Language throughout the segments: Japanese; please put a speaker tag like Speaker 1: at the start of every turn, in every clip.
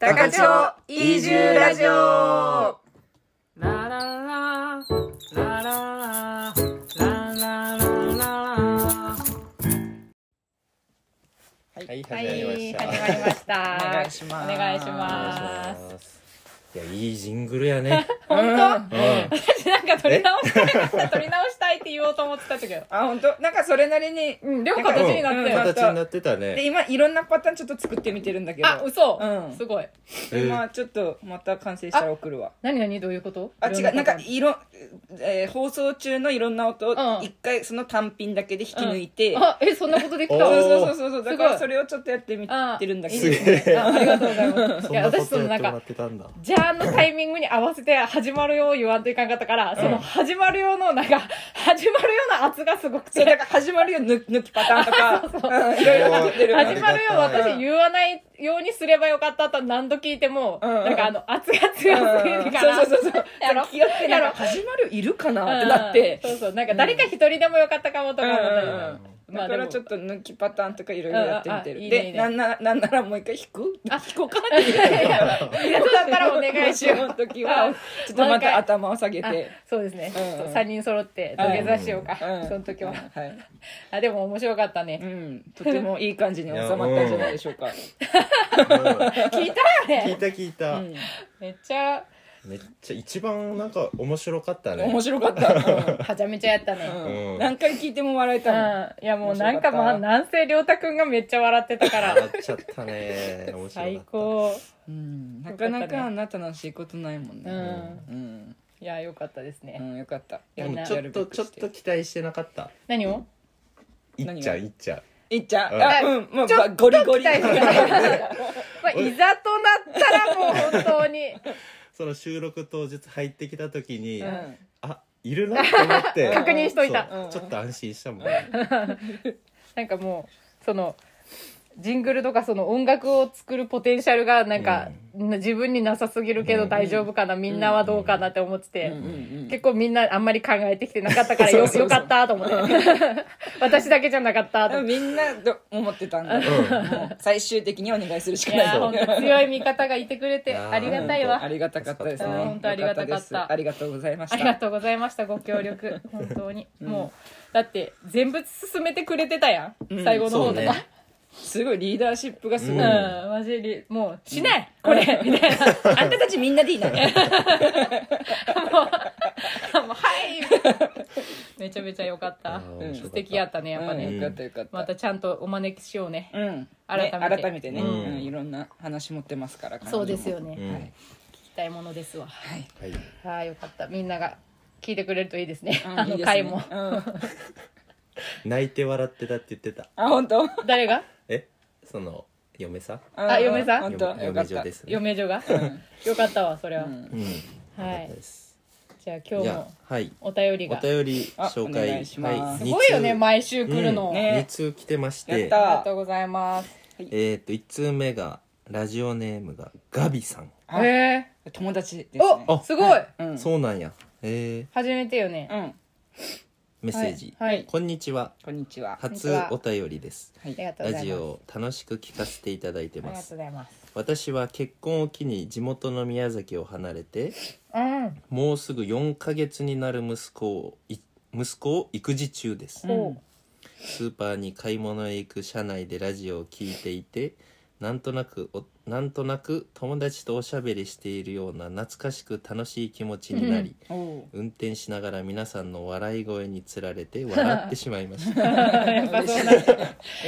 Speaker 1: 高千穂移住ラジオ
Speaker 2: ララララララララララ
Speaker 3: はい、
Speaker 1: はい、
Speaker 3: 始まり
Speaker 1: 始
Speaker 3: ました。
Speaker 1: まりました。
Speaker 2: お願いします
Speaker 1: お願いし
Speaker 3: お
Speaker 1: ま
Speaker 3: 願いし
Speaker 1: す。
Speaker 3: ます。いや、いいジングルや ね。
Speaker 1: 本
Speaker 3: う
Speaker 1: 当
Speaker 3: ん。
Speaker 1: 私 なんか取り直したいかった、取り直したいって言おうと思ってたんだけど。
Speaker 2: あ、本当なんかそれなりに。
Speaker 1: うん、両方形になって
Speaker 2: うん
Speaker 1: る。
Speaker 2: うん
Speaker 3: 形になってたね
Speaker 2: で、。今いろんなパターンちょっと作ってみてるんだけど。
Speaker 1: あ、嘘
Speaker 2: うん
Speaker 1: すごい。
Speaker 3: え
Speaker 2: まあちょっとまた完成したら送るわ。
Speaker 1: 何何どういうこと
Speaker 2: あ、違う、なんか、いろ、えー放送中のいろんな音を
Speaker 1: うん
Speaker 2: 一回その単品だけで引き抜いて。
Speaker 1: あ、え、そんなことでき
Speaker 3: お
Speaker 1: た
Speaker 3: ー
Speaker 2: そうそうそうそう。
Speaker 1: すごい
Speaker 2: だからそれをちょっとやってみてるんだけど。
Speaker 3: すげえ。
Speaker 1: あありがとうございます。
Speaker 3: そ ん
Speaker 1: いや、
Speaker 3: なこ
Speaker 1: 私そ
Speaker 3: と
Speaker 1: の
Speaker 3: やっ
Speaker 1: なん
Speaker 3: てもら
Speaker 1: か
Speaker 3: っ、てたんだ。
Speaker 1: ジャーンのタイミングに合わせて始まるよう言わんといかんかったから、その始まるよの、なんか、始まるような圧がすご く
Speaker 2: そう、
Speaker 1: て
Speaker 2: だ、から始まるよ、 抜抜きパターンと か、うんいろいろ
Speaker 3: そう
Speaker 2: 出 てる。
Speaker 3: ありがたい
Speaker 1: 始まるよ私言わないようにすればよかったと何度聞いても、
Speaker 2: うん
Speaker 1: なんかあの圧が強すぎるから、
Speaker 2: うんそうそうそうそう
Speaker 1: やろ
Speaker 2: 気をつけな
Speaker 1: や
Speaker 2: が
Speaker 1: ろ
Speaker 2: ら始まるいるかなってなって
Speaker 1: うんそうそうなんか誰か一人でもよかったかもとか思ったけど
Speaker 2: うんうんうん
Speaker 1: まあ
Speaker 2: だからちょっと抜きパターンとかいろいろやってみて
Speaker 1: うんあ
Speaker 2: る
Speaker 1: いいねい
Speaker 2: で
Speaker 1: いね
Speaker 2: なんならなんならもう一回弾く弾こうかって
Speaker 1: いやいやいやそうだったらお願いしよ
Speaker 2: そうの時はちょっとまた頭を下げ
Speaker 1: あ
Speaker 2: て
Speaker 1: そうですね、
Speaker 2: うんうん
Speaker 1: ちょっと3人揃って土下座しようか、
Speaker 2: うん
Speaker 1: その時は、
Speaker 2: はい
Speaker 1: あでも面白かった
Speaker 2: う
Speaker 1: ね、
Speaker 2: んとてもいい感じに収まったんじゃないでしょうか
Speaker 3: うん
Speaker 1: 聞いたよ
Speaker 3: 聞い
Speaker 1: ね
Speaker 3: た聞いた。
Speaker 1: めっちゃ
Speaker 3: めっちゃ一番なんか面白かったね
Speaker 2: 面。白かった
Speaker 1: はちゃめちゃやったね、
Speaker 2: うん
Speaker 3: うん
Speaker 2: 何回聞いても笑え
Speaker 1: う
Speaker 2: たの
Speaker 1: ん、いやもうなんか
Speaker 2: 面白
Speaker 1: ま
Speaker 2: か
Speaker 1: あ
Speaker 2: った
Speaker 1: 南西亮太くんがめっちゃ笑って たから
Speaker 3: 笑っちゃったね。面白かった。
Speaker 1: 最。高
Speaker 2: うんなかなかあんな楽しいことないもん
Speaker 1: う
Speaker 2: ね
Speaker 1: ん
Speaker 2: うん
Speaker 1: いやよかったですね、
Speaker 2: うんよかった
Speaker 3: で
Speaker 2: やる
Speaker 3: もちょ
Speaker 2: や
Speaker 3: っ
Speaker 2: る
Speaker 3: と
Speaker 2: べ
Speaker 3: ちょ
Speaker 2: くし
Speaker 3: っ
Speaker 2: て
Speaker 3: と期待してなかった。
Speaker 1: 何を
Speaker 3: いっ
Speaker 2: 何
Speaker 3: ちゃ
Speaker 2: が
Speaker 3: んいっちゃん。
Speaker 2: いっちゃん
Speaker 3: うん
Speaker 2: あうんもうばゴリゴリ
Speaker 1: 期待してなかったまあ、いざとなったらもう本当に
Speaker 3: その収録当日入ってきた時に、
Speaker 2: うん
Speaker 3: あいるなと思って
Speaker 1: 確認しといた
Speaker 3: そう
Speaker 2: うん
Speaker 3: ちょっと安心したもんね。
Speaker 1: なんかもうそのジングルとかその音楽を作るポテンシャルがなんか、自分になさすぎるけど大丈夫かな、みんなはどうかなって思ってて、
Speaker 2: うんうん
Speaker 1: 結構みんなあんまり考えてきてなかったからよ
Speaker 2: そうそうそう
Speaker 1: よかったと思って私だけじゃなかったと思っ
Speaker 2: み
Speaker 1: て。
Speaker 2: んなど思ってたんだ、もう最終的にお願いするしか
Speaker 1: いや
Speaker 2: ない
Speaker 1: 本当強い味方がいてくれてありがたいわ
Speaker 2: ありがたかったですね
Speaker 1: うん本当ありがたかった
Speaker 2: よですありがとうございま
Speaker 1: あ
Speaker 2: し
Speaker 1: りが
Speaker 2: た
Speaker 1: とうございましたご協力本当に、もうだって全部進めてくれてたやん、
Speaker 2: うん
Speaker 1: 最後の方とか、
Speaker 2: すごいリーダーシップがす
Speaker 1: う
Speaker 2: ご
Speaker 1: ん
Speaker 2: い、
Speaker 3: う
Speaker 1: マジでもうしない、これみたいなも
Speaker 2: あんたたちみんなでいい なね
Speaker 1: うはいめちゃめちゃ良かっ
Speaker 3: あ
Speaker 1: た
Speaker 3: ー
Speaker 2: うん
Speaker 3: 面白か
Speaker 1: 素
Speaker 3: った
Speaker 1: 敵やったねやっぱね、
Speaker 2: うんよかったよかった
Speaker 1: またちゃんとお招きしようね、
Speaker 2: うん、ね
Speaker 1: 改めて
Speaker 2: 改めてね、
Speaker 3: うん
Speaker 2: うんいろんな話持ってますから
Speaker 1: そうですよ
Speaker 2: ね
Speaker 1: ね、
Speaker 3: う
Speaker 1: 聞
Speaker 3: ん
Speaker 2: はい
Speaker 1: きたいものですわ
Speaker 2: はい、
Speaker 3: はい。
Speaker 1: ああよかったみんなが聞いてくれるといいですね、
Speaker 2: うん
Speaker 1: あ
Speaker 2: いい
Speaker 1: の
Speaker 2: ですね
Speaker 1: 回も、
Speaker 2: うん
Speaker 3: 泣いて笑ってたって言ってた。
Speaker 2: あ本当
Speaker 1: 誰が
Speaker 3: えその嫁さん
Speaker 1: あ嫁さん
Speaker 2: 本当
Speaker 3: 嫁
Speaker 2: よかっ
Speaker 3: 嫁
Speaker 2: た
Speaker 3: 嬢ですね。
Speaker 1: 嫁女が、よかったわそれは、
Speaker 2: ん
Speaker 3: うん。
Speaker 1: は
Speaker 3: よかった
Speaker 1: い
Speaker 3: です
Speaker 1: じゃあ今日
Speaker 3: じゃ
Speaker 1: も
Speaker 3: あはい。
Speaker 1: お便り
Speaker 3: お
Speaker 1: が
Speaker 3: 便り紹
Speaker 2: あお願
Speaker 3: 介
Speaker 2: いします
Speaker 3: はい
Speaker 1: すごいよね
Speaker 3: 二通
Speaker 1: 毎週来るの、
Speaker 3: うん
Speaker 2: ね
Speaker 3: 二通来てまし
Speaker 2: やって
Speaker 1: あり
Speaker 2: た
Speaker 1: がとうございます
Speaker 3: えっと一通目がラジオネームがガビさん
Speaker 2: あ
Speaker 1: へ
Speaker 2: 友達です
Speaker 1: え
Speaker 2: ね
Speaker 1: お
Speaker 3: あ
Speaker 1: すごい
Speaker 2: うん
Speaker 3: そうなんやえ
Speaker 1: 初めてよね
Speaker 2: う、ん
Speaker 3: ーメッセージ
Speaker 1: はいはい
Speaker 3: こんにちは
Speaker 2: こんにちは
Speaker 3: 初お便りです
Speaker 2: は
Speaker 1: あり
Speaker 2: い
Speaker 1: がとうござ
Speaker 3: ラ
Speaker 1: い
Speaker 3: ジ
Speaker 1: ます
Speaker 3: オを楽しく聞かせていただいて
Speaker 1: あ
Speaker 3: ま
Speaker 1: りがとう
Speaker 3: す
Speaker 1: ございます
Speaker 3: 私は結婚を機に地元の宮崎を離れて
Speaker 1: うん
Speaker 3: もうすぐ4ヶ月になる息子をい息子を育児中です
Speaker 1: おう
Speaker 3: スーパーに買い物へ行く車内でラジオを聞いていてなんとなくおなんとなく友達とおしゃべりしているような懐かしく楽しい気持ちになり、
Speaker 2: おお
Speaker 3: 運転しながら皆さんの笑い声につられて笑ってしまいました
Speaker 1: やっぱそうなんだ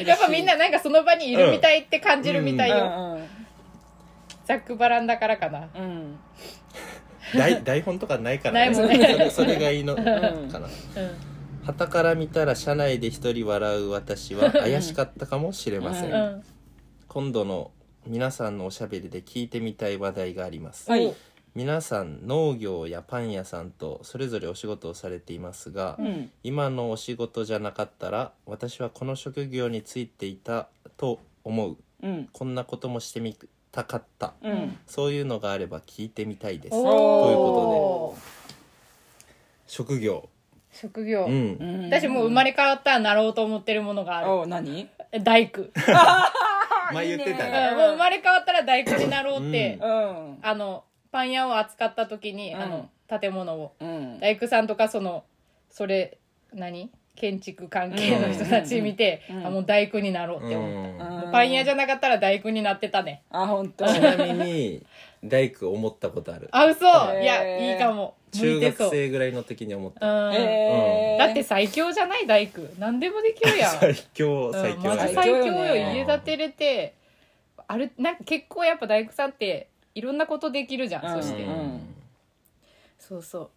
Speaker 1: やっぱみんななんかその場にいるみたいって感じるみたいよ、
Speaker 2: うん
Speaker 1: ザックバランだからかな
Speaker 2: うんうん
Speaker 3: 台台本とかないから
Speaker 1: ないもんね
Speaker 3: それそれがいいのか
Speaker 2: ん
Speaker 3: な
Speaker 1: うん
Speaker 3: 旗から見たら車内で一人笑う私は怪しかったかもしれません、
Speaker 2: う
Speaker 1: うん
Speaker 3: 今度の皆さんのおしゃべりで聞いてみたい話題があります、
Speaker 2: はい
Speaker 3: 皆さん農業やパン屋さんとそれぞれお仕事をされていますが、
Speaker 2: うん
Speaker 3: 今のお仕事じゃなかったら私はこの職業についていたと思う
Speaker 2: うん
Speaker 3: こんなこともしてみたかった
Speaker 2: うん
Speaker 3: そういうのがあれば聞いてみたいです
Speaker 1: お
Speaker 2: という
Speaker 1: お
Speaker 2: こ
Speaker 3: 職業
Speaker 1: 職業、
Speaker 3: うん、
Speaker 2: うん
Speaker 1: 私もう生まれ変わったらなろうと思ってるものがある
Speaker 2: お何
Speaker 1: 大工
Speaker 3: 前言ってた
Speaker 1: うん
Speaker 3: ね
Speaker 1: もう生まれ変わったら大工になろうって、
Speaker 3: う
Speaker 2: うん
Speaker 1: あのパン屋を扱った時に、
Speaker 2: うん
Speaker 1: あの建物を
Speaker 2: うん
Speaker 1: 大工さんとかそのそれ何建築関係の人たち見て、
Speaker 2: うんうん
Speaker 1: あもう大工になろうって思っ
Speaker 3: う
Speaker 1: た、
Speaker 2: うん
Speaker 1: もうパン屋じゃなかったら大工になってたね
Speaker 2: あ本当
Speaker 3: んちなみに大工思ったことある
Speaker 1: あ嘘
Speaker 2: へー
Speaker 1: いやいいかも向
Speaker 3: 中
Speaker 1: いて
Speaker 3: 学
Speaker 1: そう、うん
Speaker 3: 生ぐらいの時に思った
Speaker 2: えー
Speaker 1: だって最強じゃない大工何でもできるやん
Speaker 3: 最強
Speaker 1: う
Speaker 3: 最
Speaker 1: ん
Speaker 3: 強
Speaker 1: ま
Speaker 3: だ
Speaker 1: ず
Speaker 3: ね
Speaker 1: 最強
Speaker 2: 最強よ
Speaker 1: よ
Speaker 2: ね
Speaker 1: 家建てれてあれなんか結構やっぱ大工さんっていろんなことできるじゃん、
Speaker 2: うん
Speaker 1: そして、
Speaker 2: うん
Speaker 1: そうそう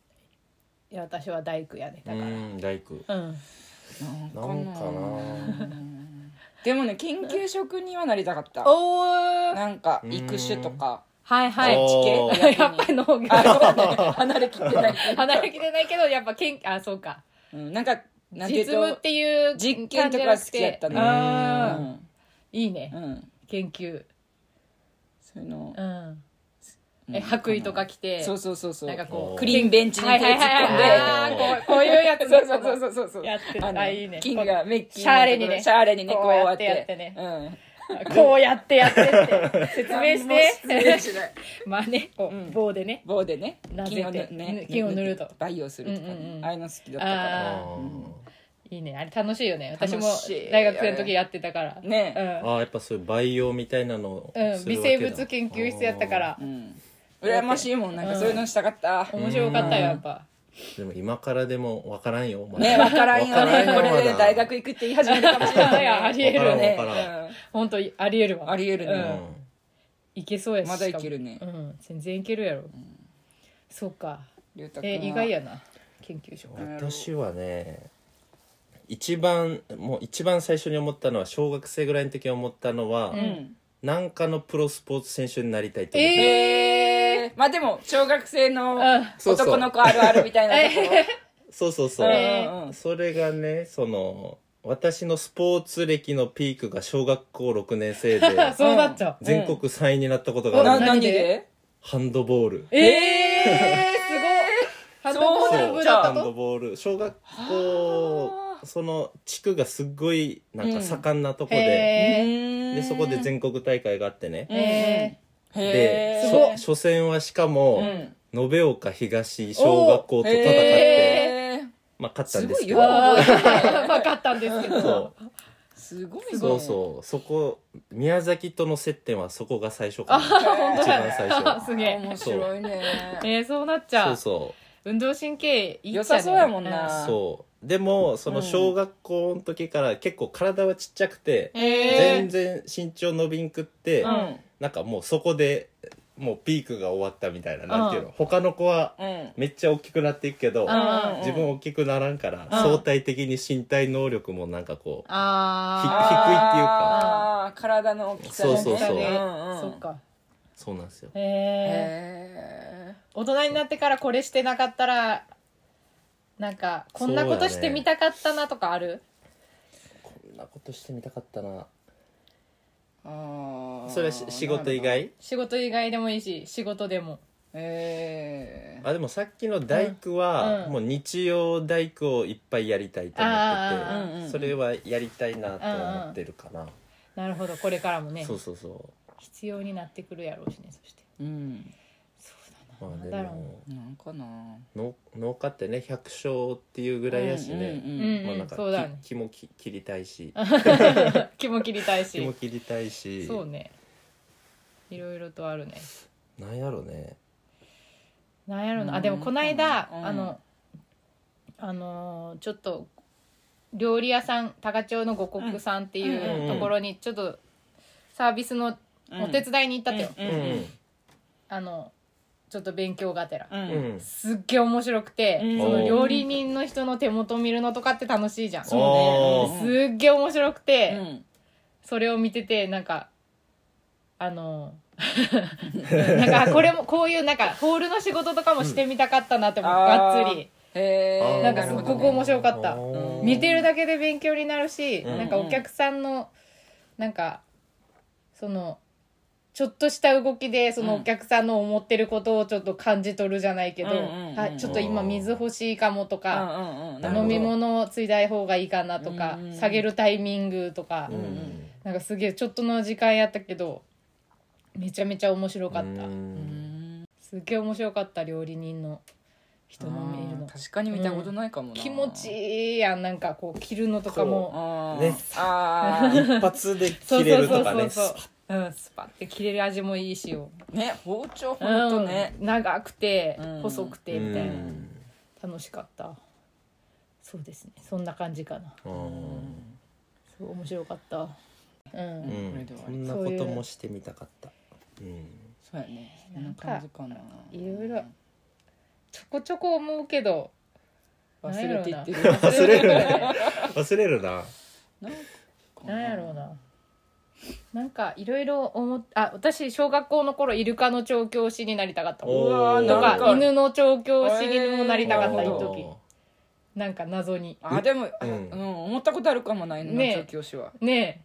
Speaker 1: いや私は大工やねだ
Speaker 3: う
Speaker 1: から
Speaker 3: ん大工
Speaker 1: うん、
Speaker 3: なんかな
Speaker 2: でもね研究職にはなりたかった
Speaker 1: おー
Speaker 2: なんか育種とか
Speaker 1: はいは
Speaker 3: おー
Speaker 1: い
Speaker 2: 地形
Speaker 1: やっぱり農 業
Speaker 2: あそうだね離れきって ない、
Speaker 1: 離れきれないけどやっぱ研あそうか
Speaker 2: うん、なんかなんていう
Speaker 1: 実
Speaker 2: と
Speaker 1: 務っていう
Speaker 2: 実験とか好きだったね
Speaker 1: 感じがしてあー
Speaker 2: うん
Speaker 1: いいね
Speaker 2: うん
Speaker 1: 研究
Speaker 2: そういうの
Speaker 1: うん
Speaker 2: うん
Speaker 1: え白衣とか着て
Speaker 2: そうそうそうそう
Speaker 1: なんかこう
Speaker 2: クリーンベンチに手突っ込んで、
Speaker 1: はいはいはいはいあーこうこういうやつ
Speaker 2: そうそうそうそうそうそう
Speaker 1: やってた
Speaker 2: あの
Speaker 1: あいいね
Speaker 2: 金がメッキーの
Speaker 1: シャーレにね
Speaker 2: シャーレにねこ
Speaker 1: こ
Speaker 2: う
Speaker 1: う
Speaker 2: や
Speaker 1: や
Speaker 2: っ
Speaker 1: ってて
Speaker 2: うん
Speaker 1: こうやってやってって 説明し
Speaker 2: 何も失礼
Speaker 1: て
Speaker 2: しない
Speaker 1: まあねこ
Speaker 2: うん
Speaker 1: う棒でね
Speaker 2: 棒でね
Speaker 1: なぜて
Speaker 2: 金をぬね
Speaker 1: 金を塗ると
Speaker 2: 培養するとかね、
Speaker 1: うんうんうん
Speaker 2: ああいうの好きだったから
Speaker 1: あいいねあれ楽しいよね私も
Speaker 2: 楽しい
Speaker 1: 大学生の時やってたから
Speaker 2: ね
Speaker 1: うん
Speaker 3: あーやっぱそういう培養みたいなのを
Speaker 1: うん、
Speaker 3: する
Speaker 1: 微
Speaker 3: わけ
Speaker 1: 生
Speaker 3: だ
Speaker 1: 物研究室やったから
Speaker 2: うん羨ましいもんなんかそういうのしたかった、
Speaker 1: 面白かったよやっぱ
Speaker 3: でも今からでもわからんよまだ
Speaker 2: ね分からんよ
Speaker 3: わからん
Speaker 2: ね
Speaker 3: よ
Speaker 2: これで
Speaker 3: まだ
Speaker 2: 大学行くって言い始めたかもしれない
Speaker 1: いやありえる
Speaker 3: わ
Speaker 2: ね
Speaker 3: からんわからん
Speaker 1: 本当ありえる
Speaker 2: うん
Speaker 1: わ
Speaker 2: ありえる
Speaker 1: う
Speaker 3: うん
Speaker 2: ね、
Speaker 3: ん
Speaker 1: いけそうやし
Speaker 2: まだいけ
Speaker 1: しかも
Speaker 2: るね
Speaker 1: うん全然いけるやろそうか
Speaker 2: りゅうたくん
Speaker 1: え
Speaker 2: は
Speaker 1: 意外やな研究所
Speaker 3: 私はね一番もう一番最初に思ったのは小学生ぐらいの時に思ったのは、
Speaker 2: うん
Speaker 3: なんかのプロスポーツ選手になりたいと思った、
Speaker 1: えー、
Speaker 2: まあでも小学生の
Speaker 1: うん
Speaker 3: そうそう
Speaker 2: 男の子あるあるみたいなとこ
Speaker 3: そうそうそう、
Speaker 1: え
Speaker 2: うんうんうん
Speaker 3: それがねその私のスポーツ歴のピークが小学校6年生で
Speaker 1: そうなっちゃう
Speaker 3: 全国3位になったことがあ
Speaker 2: な
Speaker 3: る、
Speaker 1: うん
Speaker 2: 何
Speaker 1: 何で
Speaker 2: で
Speaker 3: ハンドボール
Speaker 1: ええー、すごいハンドボ
Speaker 2: そう
Speaker 1: ール部だ
Speaker 3: ハ
Speaker 1: っ
Speaker 3: ン
Speaker 1: た
Speaker 3: ド
Speaker 1: と
Speaker 3: ボール小学校その地区がすっごいなんか盛んなとこで、
Speaker 1: へ
Speaker 2: で
Speaker 3: でそこで全国大会があってね
Speaker 1: ー、え
Speaker 2: へ
Speaker 3: で
Speaker 2: ー
Speaker 1: すごい
Speaker 3: そ初戦はしかも、
Speaker 2: うん
Speaker 3: 延岡東小学校と戦って、
Speaker 2: へー
Speaker 3: まあ勝ったんですけ
Speaker 2: すごいよ
Speaker 3: ど
Speaker 1: ー、 分かったんですけど
Speaker 3: そ
Speaker 2: すごいね
Speaker 3: うそうそうそこ宮崎との接点はそこが最初か
Speaker 1: あ
Speaker 3: な
Speaker 1: 本当
Speaker 3: 一番最
Speaker 1: だあ
Speaker 3: 初
Speaker 1: すげえ
Speaker 2: 面白いね
Speaker 1: えー、そうなっちゃ
Speaker 3: そう
Speaker 1: う
Speaker 3: そ
Speaker 1: 運動神経いい
Speaker 2: 良
Speaker 1: っちゃね
Speaker 2: さそうやもんな
Speaker 3: うそうでもその小学校の時から結構体はちっちゃくて、
Speaker 1: うんえ
Speaker 3: 全然身長伸びんくって、
Speaker 2: うん
Speaker 3: なんかもうそこでもうピークが終わったみたいな、
Speaker 1: ん
Speaker 3: なんていうの他の子は
Speaker 2: うん
Speaker 3: めっちゃ大きくなっていくけど、
Speaker 1: うん
Speaker 3: 自分大きくならんから、
Speaker 1: うん
Speaker 3: 相対的に身体能力もなんかこう
Speaker 1: あ
Speaker 3: 低いっていう
Speaker 2: あー体の大きさね
Speaker 3: そうそうそう
Speaker 2: うん
Speaker 1: ね
Speaker 2: うん
Speaker 1: そっか
Speaker 3: そうなんですよ
Speaker 1: えー
Speaker 2: へ
Speaker 1: 大人になってからこれしてなかったらなんかこんなことしてみたかったなとかある、
Speaker 3: こんなことしてみたかったな
Speaker 2: ーあー
Speaker 3: それはし仕事以外
Speaker 1: 仕事以外でもいいし仕事でも
Speaker 2: へー
Speaker 3: あでもさっきの大工は、
Speaker 1: うん
Speaker 3: もう日曜大工をいっぱいやりたいと思
Speaker 1: あ
Speaker 2: ーうんうん
Speaker 3: っててそれはやりたいなと思ってるかな、
Speaker 1: なるほどこれからもね
Speaker 3: そうそうそ
Speaker 1: 必要になってくるやろうしねそして
Speaker 2: うん
Speaker 1: そ
Speaker 3: う
Speaker 1: うだな,、
Speaker 3: まあで
Speaker 1: なんだろ
Speaker 3: も
Speaker 2: なんかな
Speaker 3: 農農家ってね百姓っていうぐらいやし
Speaker 2: う
Speaker 3: ね、
Speaker 1: うう
Speaker 2: うん
Speaker 1: ん
Speaker 2: うん
Speaker 1: ん
Speaker 3: まあ
Speaker 1: う
Speaker 3: なん
Speaker 1: ん
Speaker 3: か
Speaker 1: そうだね
Speaker 3: き木もき切りたいし
Speaker 1: 気も切りたい
Speaker 3: 木も
Speaker 1: し
Speaker 3: 切りたいし
Speaker 1: そうねいろいろとあるね
Speaker 3: なんやろね
Speaker 1: なんやろなあ
Speaker 2: うん
Speaker 1: でもこないだ、
Speaker 2: うん
Speaker 1: あのあのーちょっと料理屋さん高千穂の五穀さんって
Speaker 3: う
Speaker 1: い
Speaker 3: ん
Speaker 1: うところにちょっとサービスのお手伝いに行ったってよ、
Speaker 2: う
Speaker 3: うんん
Speaker 1: あのちょっと勉強がてら、
Speaker 2: うん
Speaker 3: うん、
Speaker 2: うん
Speaker 1: すっげえ面白くて、
Speaker 2: うん
Speaker 1: その料理人の人の手元見るのとかって楽しいじゃん、
Speaker 2: そう
Speaker 3: お
Speaker 2: ね
Speaker 3: ー
Speaker 1: すっげえ面白くて、
Speaker 2: うん
Speaker 1: それを見ててなんかあの なんかこれもこういうなんかホールの仕事とかもしてみたかったなって思う、
Speaker 2: うん
Speaker 1: がっつり
Speaker 2: へ
Speaker 3: あ
Speaker 2: え
Speaker 3: ー
Speaker 1: なんか
Speaker 3: なるほどね
Speaker 1: ここ面白かった
Speaker 3: おー
Speaker 1: 見てるだけで勉強になるし、
Speaker 3: うん
Speaker 1: なんかお客さんのなんかそのちょっとした動きでその
Speaker 2: うん
Speaker 1: お客さんの思ってることをちょっと感じ取るじゃないけど、
Speaker 2: うんうんうん
Speaker 1: あちょっと今水欲しいかもとか、
Speaker 2: うんうんうん
Speaker 3: なるほど
Speaker 1: 飲み物をついだい方がいいかなとか、
Speaker 2: うんうん
Speaker 1: 下げるタイミングとか、
Speaker 3: うん
Speaker 1: なんかすげえちょっとの時間やったけどめちゃめちゃ面白かった
Speaker 3: うーん
Speaker 2: うん
Speaker 1: すっげえ面白かった料理人の人の見る
Speaker 2: あ
Speaker 1: の
Speaker 2: ー確かに見たことないかもな、
Speaker 1: 気持ちいいやんなんかこう切るのとかも
Speaker 2: あー
Speaker 3: ね
Speaker 2: あー
Speaker 3: 一発で切れるとかね
Speaker 1: そうそうそうそううんスパって切れる味もいいしよ
Speaker 2: ね包丁
Speaker 1: う
Speaker 2: ほ
Speaker 1: ん
Speaker 2: んとね、
Speaker 1: 長くて
Speaker 2: うん
Speaker 1: 細くて
Speaker 3: う
Speaker 1: みたいなん楽しかったそうですねそんな感じかな
Speaker 3: う
Speaker 1: そう面白かったうん、
Speaker 3: んうん
Speaker 2: これで終わ
Speaker 3: こ
Speaker 2: り
Speaker 3: んなこともしてみたかったうん
Speaker 2: そうやねそん
Speaker 1: な
Speaker 2: なん
Speaker 1: か
Speaker 2: 感じかない
Speaker 1: ろいろちょこちょこ思うけど
Speaker 2: 忘れていってる
Speaker 1: 忘れるよね
Speaker 3: 忘れるな
Speaker 1: なんやろうな。なんかいろいろ思っあ私小学校の頃イルカの調教師になりたかった
Speaker 3: お
Speaker 1: と
Speaker 3: ー
Speaker 2: な
Speaker 1: か
Speaker 2: んか
Speaker 1: 犬の調教師にもなりたかっ
Speaker 2: な
Speaker 1: た
Speaker 2: る
Speaker 1: 一
Speaker 2: ほど
Speaker 1: 時なんか謎に
Speaker 2: あでも、
Speaker 3: う
Speaker 2: うんん、思ったことあるかもないの
Speaker 1: ね
Speaker 2: 調教師は
Speaker 1: ねえ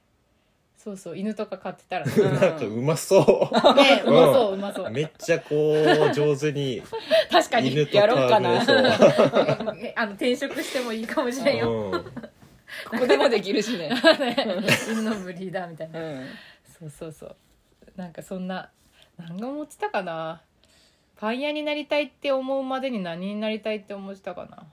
Speaker 1: そうそう犬とか飼ってたらね
Speaker 2: ん
Speaker 3: なんかうまそ
Speaker 1: ねえうまそううまそうう
Speaker 3: めっちゃこう上手に
Speaker 1: 確か
Speaker 3: 犬
Speaker 1: に
Speaker 3: とか
Speaker 2: やろうかな
Speaker 3: そう
Speaker 1: ねあの転職してもいいかもしれんよ
Speaker 3: うん
Speaker 2: ここでもできるし ね、、
Speaker 1: 犬のブリーダーみたいうなんそうそうそうなんかそんな何が思ってたかなパン屋になりたいって思うまでに何になりたいって思ってたかな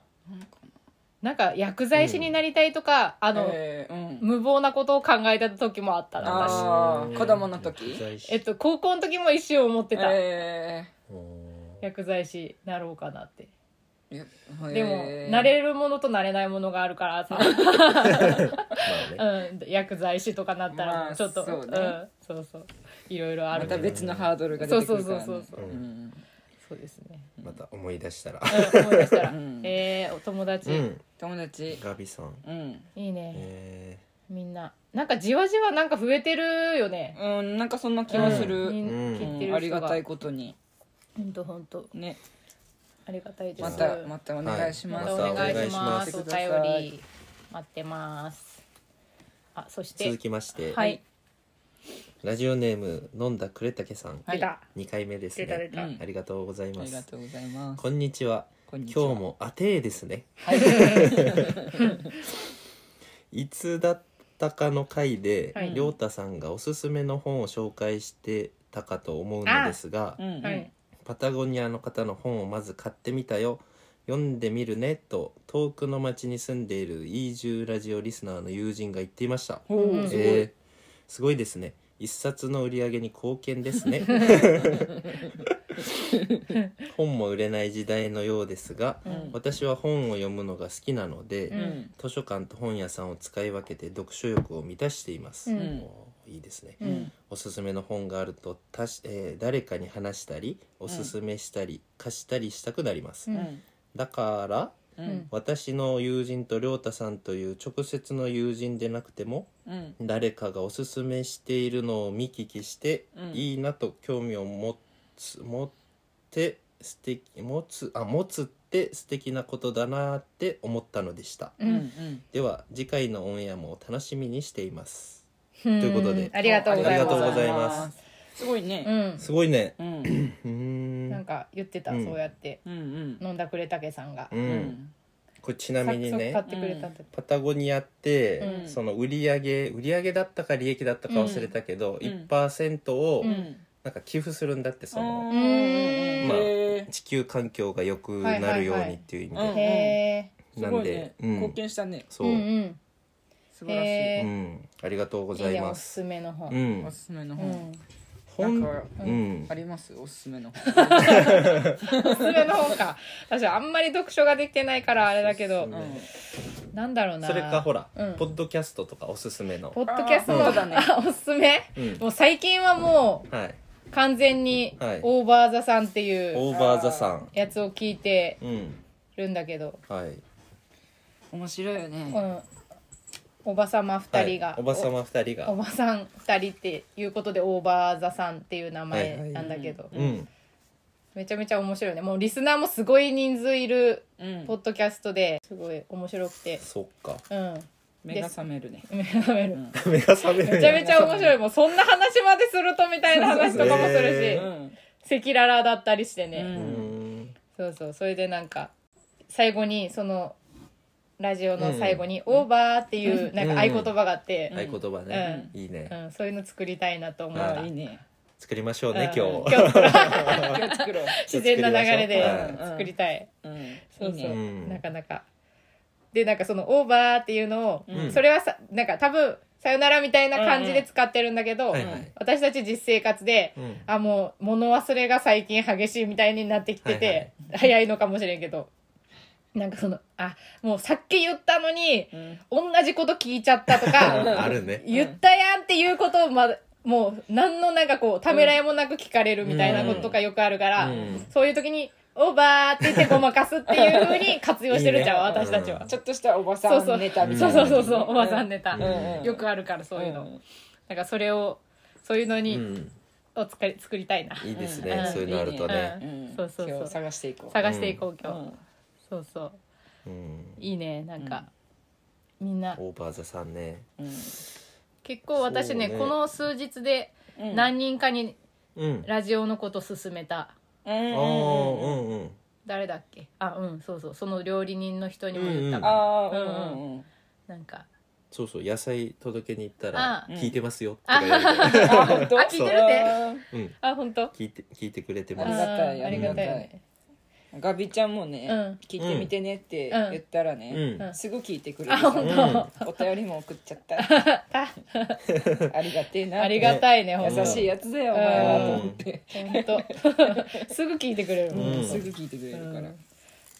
Speaker 1: なんか薬剤師になりたいとか、あ
Speaker 2: あ
Speaker 1: の、
Speaker 2: えーうん、
Speaker 1: 無謀なことを考えた時もあったな
Speaker 2: あー
Speaker 1: 私
Speaker 2: 子供の時
Speaker 3: 薬剤師
Speaker 1: えっと高校の時も一瞬思ってた、
Speaker 2: え
Speaker 3: うん
Speaker 1: 薬剤師なろうかなって
Speaker 2: ーえ
Speaker 1: でも、
Speaker 2: えー
Speaker 1: なれるものとなれないものがあるからさ、
Speaker 3: まあね
Speaker 1: うん、薬剤師とかなっ
Speaker 2: ま
Speaker 1: たら
Speaker 2: あ
Speaker 1: ちょっと、
Speaker 2: そうね
Speaker 1: うん、そうそういろいろあ
Speaker 2: ま
Speaker 1: る、
Speaker 2: た別のハードルが出てくるから、ね、
Speaker 1: そうそうそうそ
Speaker 3: そ
Speaker 1: う
Speaker 3: う
Speaker 2: うん
Speaker 1: そうですね、
Speaker 3: また思い出したら
Speaker 1: うん、思い出したら、
Speaker 2: うん
Speaker 1: えーお友達、
Speaker 3: うん
Speaker 2: 友達
Speaker 3: ガビさん
Speaker 2: うん、
Speaker 1: いいね
Speaker 3: え
Speaker 1: みんななんかじわじわなんか増えてるよね
Speaker 2: うん、なんかそんな気もする、
Speaker 1: う
Speaker 2: うん
Speaker 1: ん
Speaker 3: うん
Speaker 1: 切ってる人
Speaker 2: ありがたいことに
Speaker 1: ほんとほんと
Speaker 2: ね
Speaker 1: ありがたいです
Speaker 2: またまたお願いし
Speaker 1: ま
Speaker 2: ます、
Speaker 1: たお
Speaker 3: はい
Speaker 1: 願いします。
Speaker 2: お
Speaker 1: お
Speaker 2: 願い
Speaker 1: 便
Speaker 2: します
Speaker 1: り待ってます。あ、そし
Speaker 3: ー続
Speaker 1: て、
Speaker 3: きまして
Speaker 1: はい、
Speaker 3: ラジオネーム飲んだくれたけさん
Speaker 2: は
Speaker 1: 出
Speaker 2: い
Speaker 1: た、
Speaker 3: 2回目です
Speaker 1: 出た出
Speaker 3: ね
Speaker 1: た。
Speaker 2: うん
Speaker 3: ありがとうござい
Speaker 2: あ
Speaker 3: ま
Speaker 2: りが
Speaker 3: す
Speaker 2: とうございます
Speaker 3: こんにちは
Speaker 2: こんにちは
Speaker 3: 今日もアテーですね
Speaker 2: はい、
Speaker 3: いつだったかの回で
Speaker 1: はい
Speaker 3: 亮太、さんがおすすめの本を紹介してたかと思うのですが、
Speaker 2: うんうん
Speaker 1: はい、
Speaker 3: パタゴニアの方の本をまず買ってみたよ読んでみるねと遠くの町に住んでいるイージューラジオリスナーの友人が言っていました、
Speaker 2: おー
Speaker 1: うん
Speaker 2: すごい、
Speaker 3: えーすごいですね一冊の売り上げに貢献です ね本も売れない時代のようですが、
Speaker 1: うん
Speaker 3: 私は本を読むのが好きなので、
Speaker 1: うん
Speaker 3: 図書館と本屋さんを使い分けて読書欲を満たしています、
Speaker 1: うん
Speaker 3: おーいいですね、
Speaker 1: うん
Speaker 3: おすすめの本があるとたし、えー誰かに話したりおすすめしたり、貸したりしたくなります、
Speaker 1: うん
Speaker 3: だから
Speaker 2: う
Speaker 1: うんん
Speaker 3: 私の友人と亮太さんという直接の友人でなくても
Speaker 2: うん
Speaker 3: 誰かがおすすめしているのを見聞きして、
Speaker 2: うん
Speaker 3: いいなと興味を持つ持って素敵持つあ持つって素敵なことだなって思ったのでした
Speaker 2: う
Speaker 1: うん、
Speaker 2: うんん。
Speaker 3: では次回のオンエアも楽しみにしています
Speaker 1: と
Speaker 3: いうことで
Speaker 1: ありがとうござい
Speaker 3: ありがとうござい
Speaker 1: ま
Speaker 3: ます
Speaker 2: すごい
Speaker 1: す。う
Speaker 2: ね。
Speaker 1: ん、
Speaker 3: すごいね
Speaker 2: うん。
Speaker 3: うーん
Speaker 1: なんか言ってた、
Speaker 3: うん
Speaker 1: そうやって
Speaker 2: うんうん。
Speaker 1: 飲んだくれたけさんが
Speaker 3: う。
Speaker 2: うんん。
Speaker 3: これちなみに
Speaker 1: 早速買
Speaker 3: ね
Speaker 1: ってくれたって。
Speaker 3: パタゴニアって、
Speaker 1: うん
Speaker 3: その売り上げ売り上げだったか利益だったか忘れたけど、
Speaker 2: うん
Speaker 3: 1%を
Speaker 1: うん
Speaker 3: なんか寄付するんだってその、
Speaker 2: うん
Speaker 1: ま
Speaker 3: あ
Speaker 2: へ
Speaker 3: 地球環境が良くなるようにっていう意味で、
Speaker 2: はいはいはい
Speaker 1: へ
Speaker 2: ー
Speaker 3: な
Speaker 2: す
Speaker 3: ん
Speaker 2: ごい
Speaker 3: で
Speaker 2: ね。
Speaker 3: うん
Speaker 2: 貢献したね。
Speaker 1: ー
Speaker 3: そうう、
Speaker 1: ん
Speaker 3: うん
Speaker 2: 素晴ら
Speaker 1: へ
Speaker 3: ありがとうご
Speaker 1: うん。い
Speaker 3: ざ
Speaker 1: い
Speaker 3: い
Speaker 1: ね
Speaker 3: ま
Speaker 1: おす
Speaker 3: す
Speaker 1: すめの本。
Speaker 2: し
Speaker 3: う
Speaker 2: い。お
Speaker 3: ん
Speaker 2: すすめの
Speaker 1: うん
Speaker 2: 本。
Speaker 3: ほん
Speaker 2: なんか
Speaker 3: うん
Speaker 2: ありますおすすめの本。
Speaker 1: おすすめの本か私あんまり読書ができてないからあれだけ
Speaker 3: お
Speaker 1: ど
Speaker 3: す
Speaker 2: うん
Speaker 1: なんだろうな
Speaker 3: それかほら、
Speaker 1: うん
Speaker 3: ポッドキャストとかおすすめの
Speaker 1: ポッドキャスト
Speaker 3: あー
Speaker 1: の
Speaker 2: そうだね
Speaker 1: あおすすめ
Speaker 3: うん
Speaker 1: もう最近はもう
Speaker 3: はい
Speaker 1: 完全に
Speaker 3: はい
Speaker 1: オーバーザさんっていう
Speaker 3: オーバーザさん
Speaker 1: やつを聞いて
Speaker 3: うん
Speaker 1: るんだけど、
Speaker 3: はい
Speaker 2: 面白いよ
Speaker 1: う
Speaker 2: ね。
Speaker 1: ん、おばさま2人が、
Speaker 3: はいおばさま二人
Speaker 1: おお
Speaker 3: が
Speaker 1: ばさん2人っていうことでオーバーザさんっていう名
Speaker 3: はいはい
Speaker 1: 前なんだけど、
Speaker 3: うん
Speaker 1: めちゃめちゃ面白いねもうリスナーもすごい人数いる
Speaker 2: うん
Speaker 1: ポ。ッドキャストですごい面白くて
Speaker 3: そっか
Speaker 1: うん
Speaker 2: 目が覚めるね。
Speaker 1: 目が覚める
Speaker 2: うん
Speaker 3: 目が覚める
Speaker 1: めちゃめちゃ面白いもうそんな話までするとみたいな話とかもする
Speaker 2: う
Speaker 1: し
Speaker 2: ん。
Speaker 1: 赤裸々だったりしてね、
Speaker 2: う
Speaker 3: うんん
Speaker 1: そうそうそれでなんか最後にそのラジオの最後に「
Speaker 2: うん
Speaker 1: オーバー」っていうなんか合言葉があって、
Speaker 2: うん
Speaker 3: 合言葉ね、いいうね
Speaker 1: んそういうの作りたいなと思っ
Speaker 3: あ
Speaker 1: た
Speaker 2: いい ね
Speaker 3: 作りましょうね、
Speaker 1: うん
Speaker 3: 今日
Speaker 1: 今日作ろう
Speaker 2: 今日作ろう
Speaker 1: 自然な流れで
Speaker 3: 作り
Speaker 2: ましょう
Speaker 1: 作りたい、
Speaker 2: うん
Speaker 1: そう
Speaker 2: い
Speaker 1: そう
Speaker 2: いね
Speaker 3: うん
Speaker 1: なかなかでなんかその「オーバー」っていうのを、
Speaker 2: うん
Speaker 1: それはさなんか多分「さよなら」みたいな感じで使ってるんだけど、
Speaker 3: はいはい、
Speaker 1: 私たち実生活で
Speaker 3: うん
Speaker 1: あもう物忘れが最近激しいみたいになってきてて、
Speaker 3: はい
Speaker 1: 早いのかもしれんけどなんかそのあもうさっき言ったのに
Speaker 2: うん
Speaker 1: 同じこと聞いちゃったと
Speaker 3: あ
Speaker 1: か
Speaker 3: あるね
Speaker 1: 言ったやんっていうことをまもう何のなんかこうためらいもなく聞かれるみたいなこととかよくあるから、
Speaker 3: うん
Speaker 1: そういう時に「オーバー」って言ってごまかすっていうふうに活用してるじゃん
Speaker 3: いいね
Speaker 1: 私たちは、
Speaker 3: うん
Speaker 2: ちょっとしたおばさ
Speaker 1: そうそ
Speaker 2: ん
Speaker 1: う
Speaker 2: ネタみ
Speaker 1: そ
Speaker 2: た
Speaker 1: う
Speaker 2: い
Speaker 1: そ
Speaker 2: な
Speaker 1: うそうそうおばさんネタ、
Speaker 2: うん
Speaker 1: よくあるからそういうの、
Speaker 2: うん
Speaker 1: なんかそれをそういうの
Speaker 3: う
Speaker 1: に、
Speaker 3: ん
Speaker 1: をつか作りたいな、
Speaker 3: いいですね、
Speaker 1: うん
Speaker 3: そういうのあるとね
Speaker 2: うん
Speaker 1: そうそうそう
Speaker 2: 今日探していこう
Speaker 1: 探していこう、
Speaker 2: う
Speaker 1: 今日、
Speaker 2: ん
Speaker 1: そうそ
Speaker 3: う
Speaker 1: う
Speaker 3: ん
Speaker 1: いいねなんか、みんな
Speaker 3: オーバーザさんね、
Speaker 1: 結構私ね
Speaker 3: そうね
Speaker 1: この数日で
Speaker 2: うん
Speaker 1: 何人かに
Speaker 3: うん、
Speaker 1: ラジオのこと勧めた、
Speaker 2: うんうん
Speaker 3: あ
Speaker 2: うんうん
Speaker 3: ーうんうん
Speaker 1: 誰だっけあうんそうそうその料理人の人にも言ったから、
Speaker 2: あーうんうんうん
Speaker 1: なんか
Speaker 3: そうそう野菜届けに行ったら
Speaker 1: あ
Speaker 3: 「聞いてますよ」とか言わ れて、
Speaker 2: あ本当
Speaker 1: あ聞いてるって
Speaker 3: うん、
Speaker 1: あ本当
Speaker 3: 聞いて聞いてくれて
Speaker 2: あ
Speaker 3: ま
Speaker 2: り
Speaker 3: す
Speaker 2: がたい
Speaker 1: うんありがたいね
Speaker 2: ガビちゃんもね、
Speaker 1: うん
Speaker 2: 聞いてみてねって言ったら
Speaker 3: う
Speaker 2: ね、
Speaker 3: ん、
Speaker 1: うん
Speaker 2: すぐ聞いてくれ
Speaker 1: あ
Speaker 2: るから
Speaker 1: 本
Speaker 2: お便りも送っちゃった
Speaker 1: あ
Speaker 2: ありがてえな
Speaker 1: ありがたいね
Speaker 2: 優しいやつだよお前はと思って、
Speaker 1: 本当本当 すぐ聞いてくれる、
Speaker 3: ん
Speaker 2: う
Speaker 1: うんん
Speaker 2: すぐ聞いてくれるから、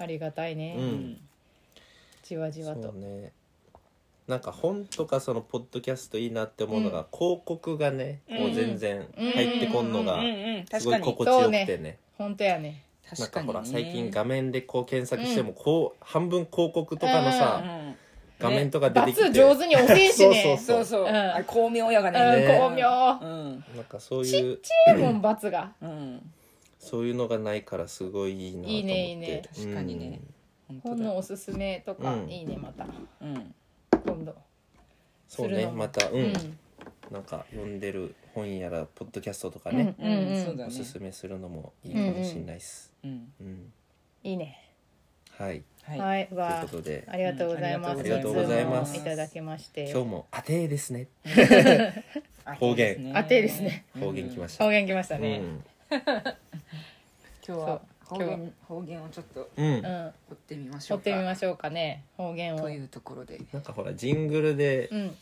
Speaker 1: ありがたいね、
Speaker 3: うん
Speaker 1: じわじわ
Speaker 3: そ
Speaker 1: と
Speaker 3: うねなんか本とかそのポッドキャストいいなって思うのが、広告がねもう全然入ってこんの
Speaker 2: う
Speaker 3: が
Speaker 2: んうん
Speaker 3: す
Speaker 2: 確
Speaker 3: ご
Speaker 2: か
Speaker 3: い
Speaker 2: に
Speaker 3: 心地よくてね
Speaker 1: 本当やね
Speaker 3: なん
Speaker 2: 確
Speaker 3: か
Speaker 2: かに、
Speaker 3: ほ
Speaker 2: ね、
Speaker 3: ら最近画面でこう検索してもこう、半分広告とかのさ、
Speaker 2: うん
Speaker 3: 画面とか出てきて、
Speaker 1: 罰上手におせんしね
Speaker 3: そう
Speaker 2: そうそう、
Speaker 1: うん
Speaker 2: あれ巧妙やがね、
Speaker 1: うん
Speaker 3: ね
Speaker 1: 巧妙
Speaker 2: うん
Speaker 3: なんかそういう
Speaker 1: ええもん罰が
Speaker 2: うん
Speaker 3: そういうのがないからすごいいいなと思って
Speaker 1: いいねいいね
Speaker 2: 確かにね、
Speaker 1: 本
Speaker 2: 本当だ
Speaker 1: のおすすめとか、
Speaker 3: うん
Speaker 1: いいねまた
Speaker 2: うん
Speaker 1: 今度
Speaker 3: そう
Speaker 1: す
Speaker 3: ね
Speaker 1: るのも
Speaker 3: またうん、
Speaker 1: うん
Speaker 3: なんか読んでる本やらポッドキャストとか
Speaker 1: うん
Speaker 3: ね、
Speaker 1: うんうん
Speaker 2: そうだね
Speaker 3: おすすめするのもいいかもしれないです、
Speaker 2: うん
Speaker 3: うん
Speaker 1: いいね
Speaker 3: はい
Speaker 2: はい、
Speaker 1: はいわ
Speaker 3: と
Speaker 1: あ
Speaker 3: いうことで
Speaker 1: ありがとうございます、
Speaker 2: うん
Speaker 3: ありがとうございます
Speaker 1: いつもいただきまして
Speaker 3: 今日も「あてーですね方言
Speaker 2: 当てですね
Speaker 1: あてですね」
Speaker 3: 方言きました、
Speaker 1: 方言きました
Speaker 3: うん
Speaker 1: ね
Speaker 2: 今日は
Speaker 1: そ
Speaker 2: 方
Speaker 1: う今日は
Speaker 2: 言方言をちょっと
Speaker 3: うん、
Speaker 1: うん、取
Speaker 2: 取ってみましょう
Speaker 1: っ
Speaker 2: か
Speaker 1: てみましょうかね方言を
Speaker 2: と
Speaker 1: う
Speaker 2: いうところで
Speaker 3: なんかほらジングルで
Speaker 1: ん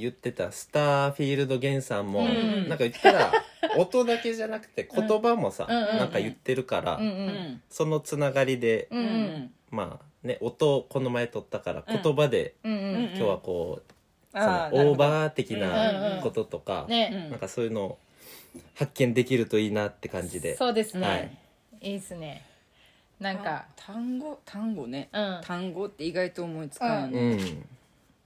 Speaker 3: 言ってたスターフィールドゲンさんも、
Speaker 1: うん
Speaker 3: なんか言ったら 音だけじゃなくて言葉もさ、
Speaker 1: うんうんうん
Speaker 3: なんか言ってるから、
Speaker 1: うんう
Speaker 2: うんん
Speaker 3: そのつながりで、
Speaker 1: うんうん
Speaker 3: まあね音をこの前撮ったから言葉で、
Speaker 1: うんうん
Speaker 3: 今日はこう、その
Speaker 2: あー
Speaker 3: オーバー的
Speaker 1: うんう
Speaker 3: なんこととか、
Speaker 1: ね、
Speaker 3: なんかそういうのを発見できるといいなって感じで。
Speaker 1: そうですね、
Speaker 3: はいい、
Speaker 1: いですねなんか
Speaker 2: 単語単語ね
Speaker 1: うん
Speaker 2: 単語って意外と思いつかないうね
Speaker 3: ん、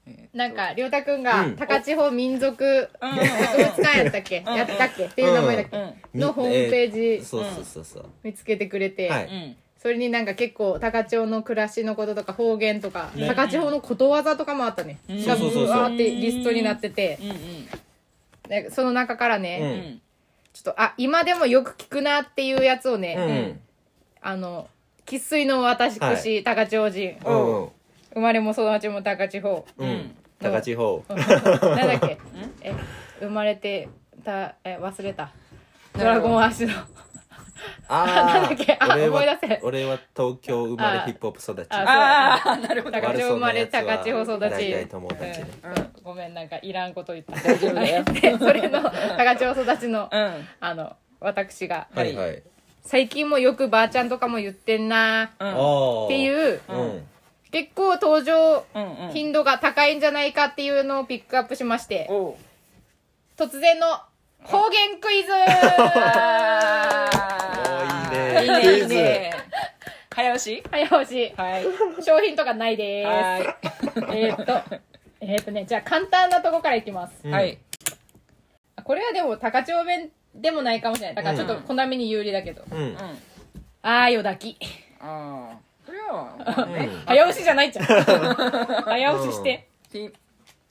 Speaker 2: えー
Speaker 1: なんかりょうたくんが
Speaker 3: うん
Speaker 1: 高千穂民族
Speaker 2: うん
Speaker 1: 博物館やったっけやったっけっていう名前だっ
Speaker 2: う
Speaker 1: け
Speaker 2: ん
Speaker 1: のホームペ
Speaker 3: え
Speaker 1: ージ
Speaker 3: そうそうそうそう、
Speaker 1: 見つけてくれて、
Speaker 3: はい
Speaker 2: うん
Speaker 1: それになんか結構高千穂の暮らしのこととか方言とか、高千穂のことわざとかもあったね、
Speaker 2: うん
Speaker 1: が
Speaker 3: そうそうそう
Speaker 1: ぶ
Speaker 3: そう
Speaker 1: わーってリストになってて
Speaker 2: うん
Speaker 1: なんかその中からね、
Speaker 3: うん
Speaker 2: うん
Speaker 1: ちょっとあ今でもよく聞くなっていうやつをね、
Speaker 3: うん
Speaker 1: あの生粋の私、
Speaker 3: はい
Speaker 1: 高千穂人、
Speaker 3: うんうん
Speaker 1: 生まれも育ちも高千穂
Speaker 3: うんん高千穂
Speaker 1: なんだっけえ生まれてたえ忘れたドラゴン足の
Speaker 3: あ
Speaker 1: なんだっけあ
Speaker 3: 俺は
Speaker 1: 思い出せ
Speaker 3: 俺は東京生まれヒップホップ育ち
Speaker 1: あ
Speaker 2: ああなるほど
Speaker 1: 高千穂生まれ
Speaker 3: 悪そうなや
Speaker 1: 高
Speaker 3: つは
Speaker 1: 千穂育
Speaker 3: 大
Speaker 1: ち
Speaker 3: 体友達ね
Speaker 1: うんごめんなんかいらんこと言った
Speaker 2: 大丈夫だよ
Speaker 1: で それの高千穂育ちの
Speaker 2: うん
Speaker 1: あの私が
Speaker 3: はいはい、
Speaker 1: 最近もよくばあちゃんとかも言ってんな
Speaker 2: うん
Speaker 3: あ
Speaker 1: って
Speaker 3: う、
Speaker 1: いう
Speaker 3: うん、
Speaker 1: 結構登場
Speaker 2: うんうん
Speaker 1: 頻度が高いんじゃないかっていうのをピックアップしまして
Speaker 2: おう
Speaker 1: 突然の方言ク イズ
Speaker 2: あー
Speaker 3: おーいいね
Speaker 2: いいねいいね早押し
Speaker 1: 早押し
Speaker 2: はい
Speaker 1: 商品とかないです
Speaker 2: は
Speaker 1: えーっと、えーっとね、じゃあ簡単なとこからいきます。
Speaker 3: う
Speaker 2: い
Speaker 3: ん
Speaker 2: はい
Speaker 1: これはでも、高千穂弁でもないかもしれない。だからちょっと、こなみに有利だけど。
Speaker 3: うんうん
Speaker 2: うん
Speaker 1: あーよだき。
Speaker 2: ああこれはまあね
Speaker 1: 早押しじゃな いじゃん。早押しして。
Speaker 2: ピン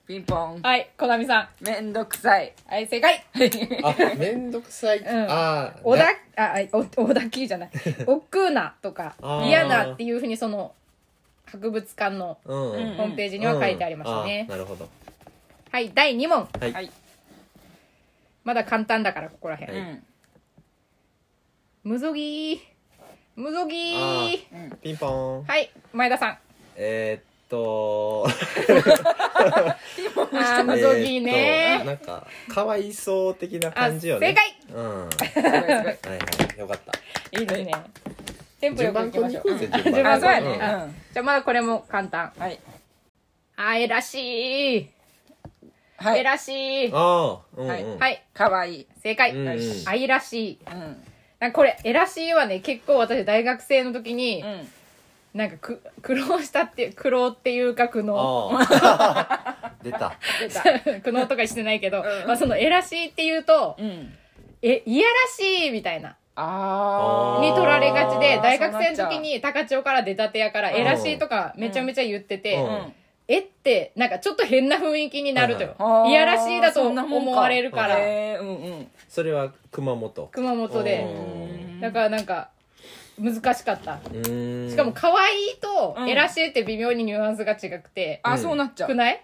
Speaker 2: ピンポン
Speaker 1: はい、こなみさん。
Speaker 2: めんどくさい
Speaker 1: はい、正解。
Speaker 3: あめんどくさい、
Speaker 1: ん
Speaker 3: あー
Speaker 1: おだ
Speaker 3: な、
Speaker 1: あ、あお、おだきじゃない。おっくうなとか
Speaker 3: あ、ー
Speaker 1: 嫌なっていうふうにその、博物館の
Speaker 3: うん
Speaker 2: う
Speaker 1: ホームページには書いてありましたね
Speaker 3: うん、あなるほど
Speaker 1: はい第2問
Speaker 3: はい、
Speaker 2: はい
Speaker 1: まだ簡単だからここらへん、
Speaker 3: はい
Speaker 2: うん
Speaker 1: むぞぎーむぞぎ
Speaker 3: あ
Speaker 1: ー
Speaker 2: うん
Speaker 3: ピンポーン、
Speaker 1: はい前田さ ん
Speaker 3: えー、っと
Speaker 1: あーむぞぎー
Speaker 3: えーっと
Speaker 1: ね
Speaker 3: なんかかわいそう的な
Speaker 1: ーあ
Speaker 3: 感じよ
Speaker 1: 正
Speaker 3: ね
Speaker 1: 解
Speaker 3: うん
Speaker 2: すごいすごい
Speaker 3: はいはいよか った
Speaker 1: いいですねテンポよくいきましょう
Speaker 3: 順番こう行こうぜ順番
Speaker 1: 順番
Speaker 2: あそうや
Speaker 1: うん
Speaker 2: ね
Speaker 1: じゃあまだこれも簡単
Speaker 2: うんはい
Speaker 1: はいらしい
Speaker 2: は
Speaker 1: え
Speaker 2: い
Speaker 1: らしいは
Speaker 3: ああうんうん、
Speaker 2: はい
Speaker 3: い、
Speaker 1: い
Speaker 2: かわいい
Speaker 1: 正解
Speaker 3: うんうん
Speaker 1: 愛らしい
Speaker 2: うん
Speaker 1: なんかこれえらしいはね結構私大学生の時に
Speaker 2: うん
Speaker 1: なんかく苦労したっていう苦労っていうか苦悩
Speaker 3: ああ 出た
Speaker 2: 出た
Speaker 1: 苦悩とかしてないけど、
Speaker 2: うん
Speaker 1: まあ、そのえらしいっていうと
Speaker 2: うん
Speaker 1: えいやらしいみたいな
Speaker 2: あー
Speaker 1: に取られがちで
Speaker 2: あー
Speaker 1: 大学生の時に高千穂から出たてやから
Speaker 3: うん
Speaker 1: えらしいとかめちゃめちゃ言ってて、
Speaker 3: うん
Speaker 2: うん
Speaker 1: えってなんかちょっと変な雰囲気になるとよ、
Speaker 2: あー
Speaker 1: いやらしいだと
Speaker 2: そんなもん
Speaker 1: 思われるから
Speaker 2: へーうんうん
Speaker 3: それは熊本
Speaker 1: 熊本で
Speaker 3: うん
Speaker 1: だからなんか難しかった
Speaker 3: うーん
Speaker 1: しかも可愛いと
Speaker 2: うん
Speaker 1: えらしいって微妙にニュアンスが違くて、
Speaker 2: あそうなっちゃ
Speaker 1: く
Speaker 2: う
Speaker 1: ない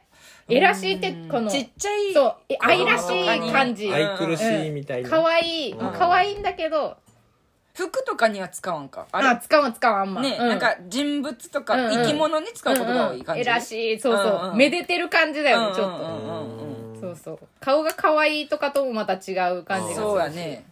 Speaker 1: えらしいってこの
Speaker 2: ちっちゃい
Speaker 1: そうえ愛らしい感じ
Speaker 3: 愛くるしいみたいな、
Speaker 1: 可愛い
Speaker 3: うん
Speaker 1: 可愛いんだけど
Speaker 2: 服とかには使わんかあ
Speaker 1: あ
Speaker 2: れ
Speaker 1: 使わん使わんあんま
Speaker 2: ね、
Speaker 1: う
Speaker 2: なんか人物とか
Speaker 1: うんうん
Speaker 2: 生き物に使う言葉が多い感じ、
Speaker 1: うんうんえら
Speaker 2: い
Speaker 1: しいそうそう、
Speaker 2: うんうん
Speaker 1: めでてる感じだよねちょっと、
Speaker 2: うんうんうん
Speaker 1: そうそう顔が可愛いとかともまた違う感じがする
Speaker 2: そうやね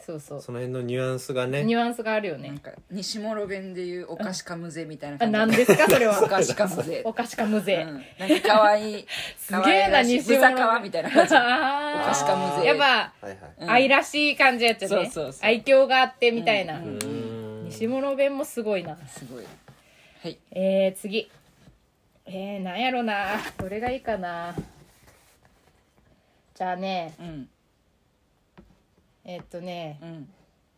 Speaker 1: そうそう
Speaker 3: その辺のニュアンスがね
Speaker 1: ニュアンスがあるよ
Speaker 2: なん
Speaker 1: ね
Speaker 2: か西諸弁でいうお菓子かむぜみたいな
Speaker 1: あ
Speaker 2: 感じ
Speaker 1: 何です かそれ
Speaker 2: お
Speaker 1: は
Speaker 2: 菓子かむぜ
Speaker 1: お菓子か無
Speaker 2: う
Speaker 1: 税、
Speaker 2: ん、なんかかわいい
Speaker 1: すげえな西
Speaker 2: 西
Speaker 1: 村
Speaker 2: 川みたいな感じお菓
Speaker 1: あ
Speaker 2: 子かむ
Speaker 1: ー
Speaker 2: ぜ
Speaker 1: やっぱ、
Speaker 3: はいはい
Speaker 2: うん
Speaker 1: 愛らしい感じやっちゃね
Speaker 2: そうそうそう
Speaker 1: 愛嬌があってみたい
Speaker 2: う
Speaker 1: な、
Speaker 3: うーん
Speaker 1: 西諸弁もすごいな
Speaker 2: すごいはい
Speaker 1: えー、次えー、なんやろなどれがいいかなじゃあね
Speaker 2: うん
Speaker 1: えっとね
Speaker 2: うん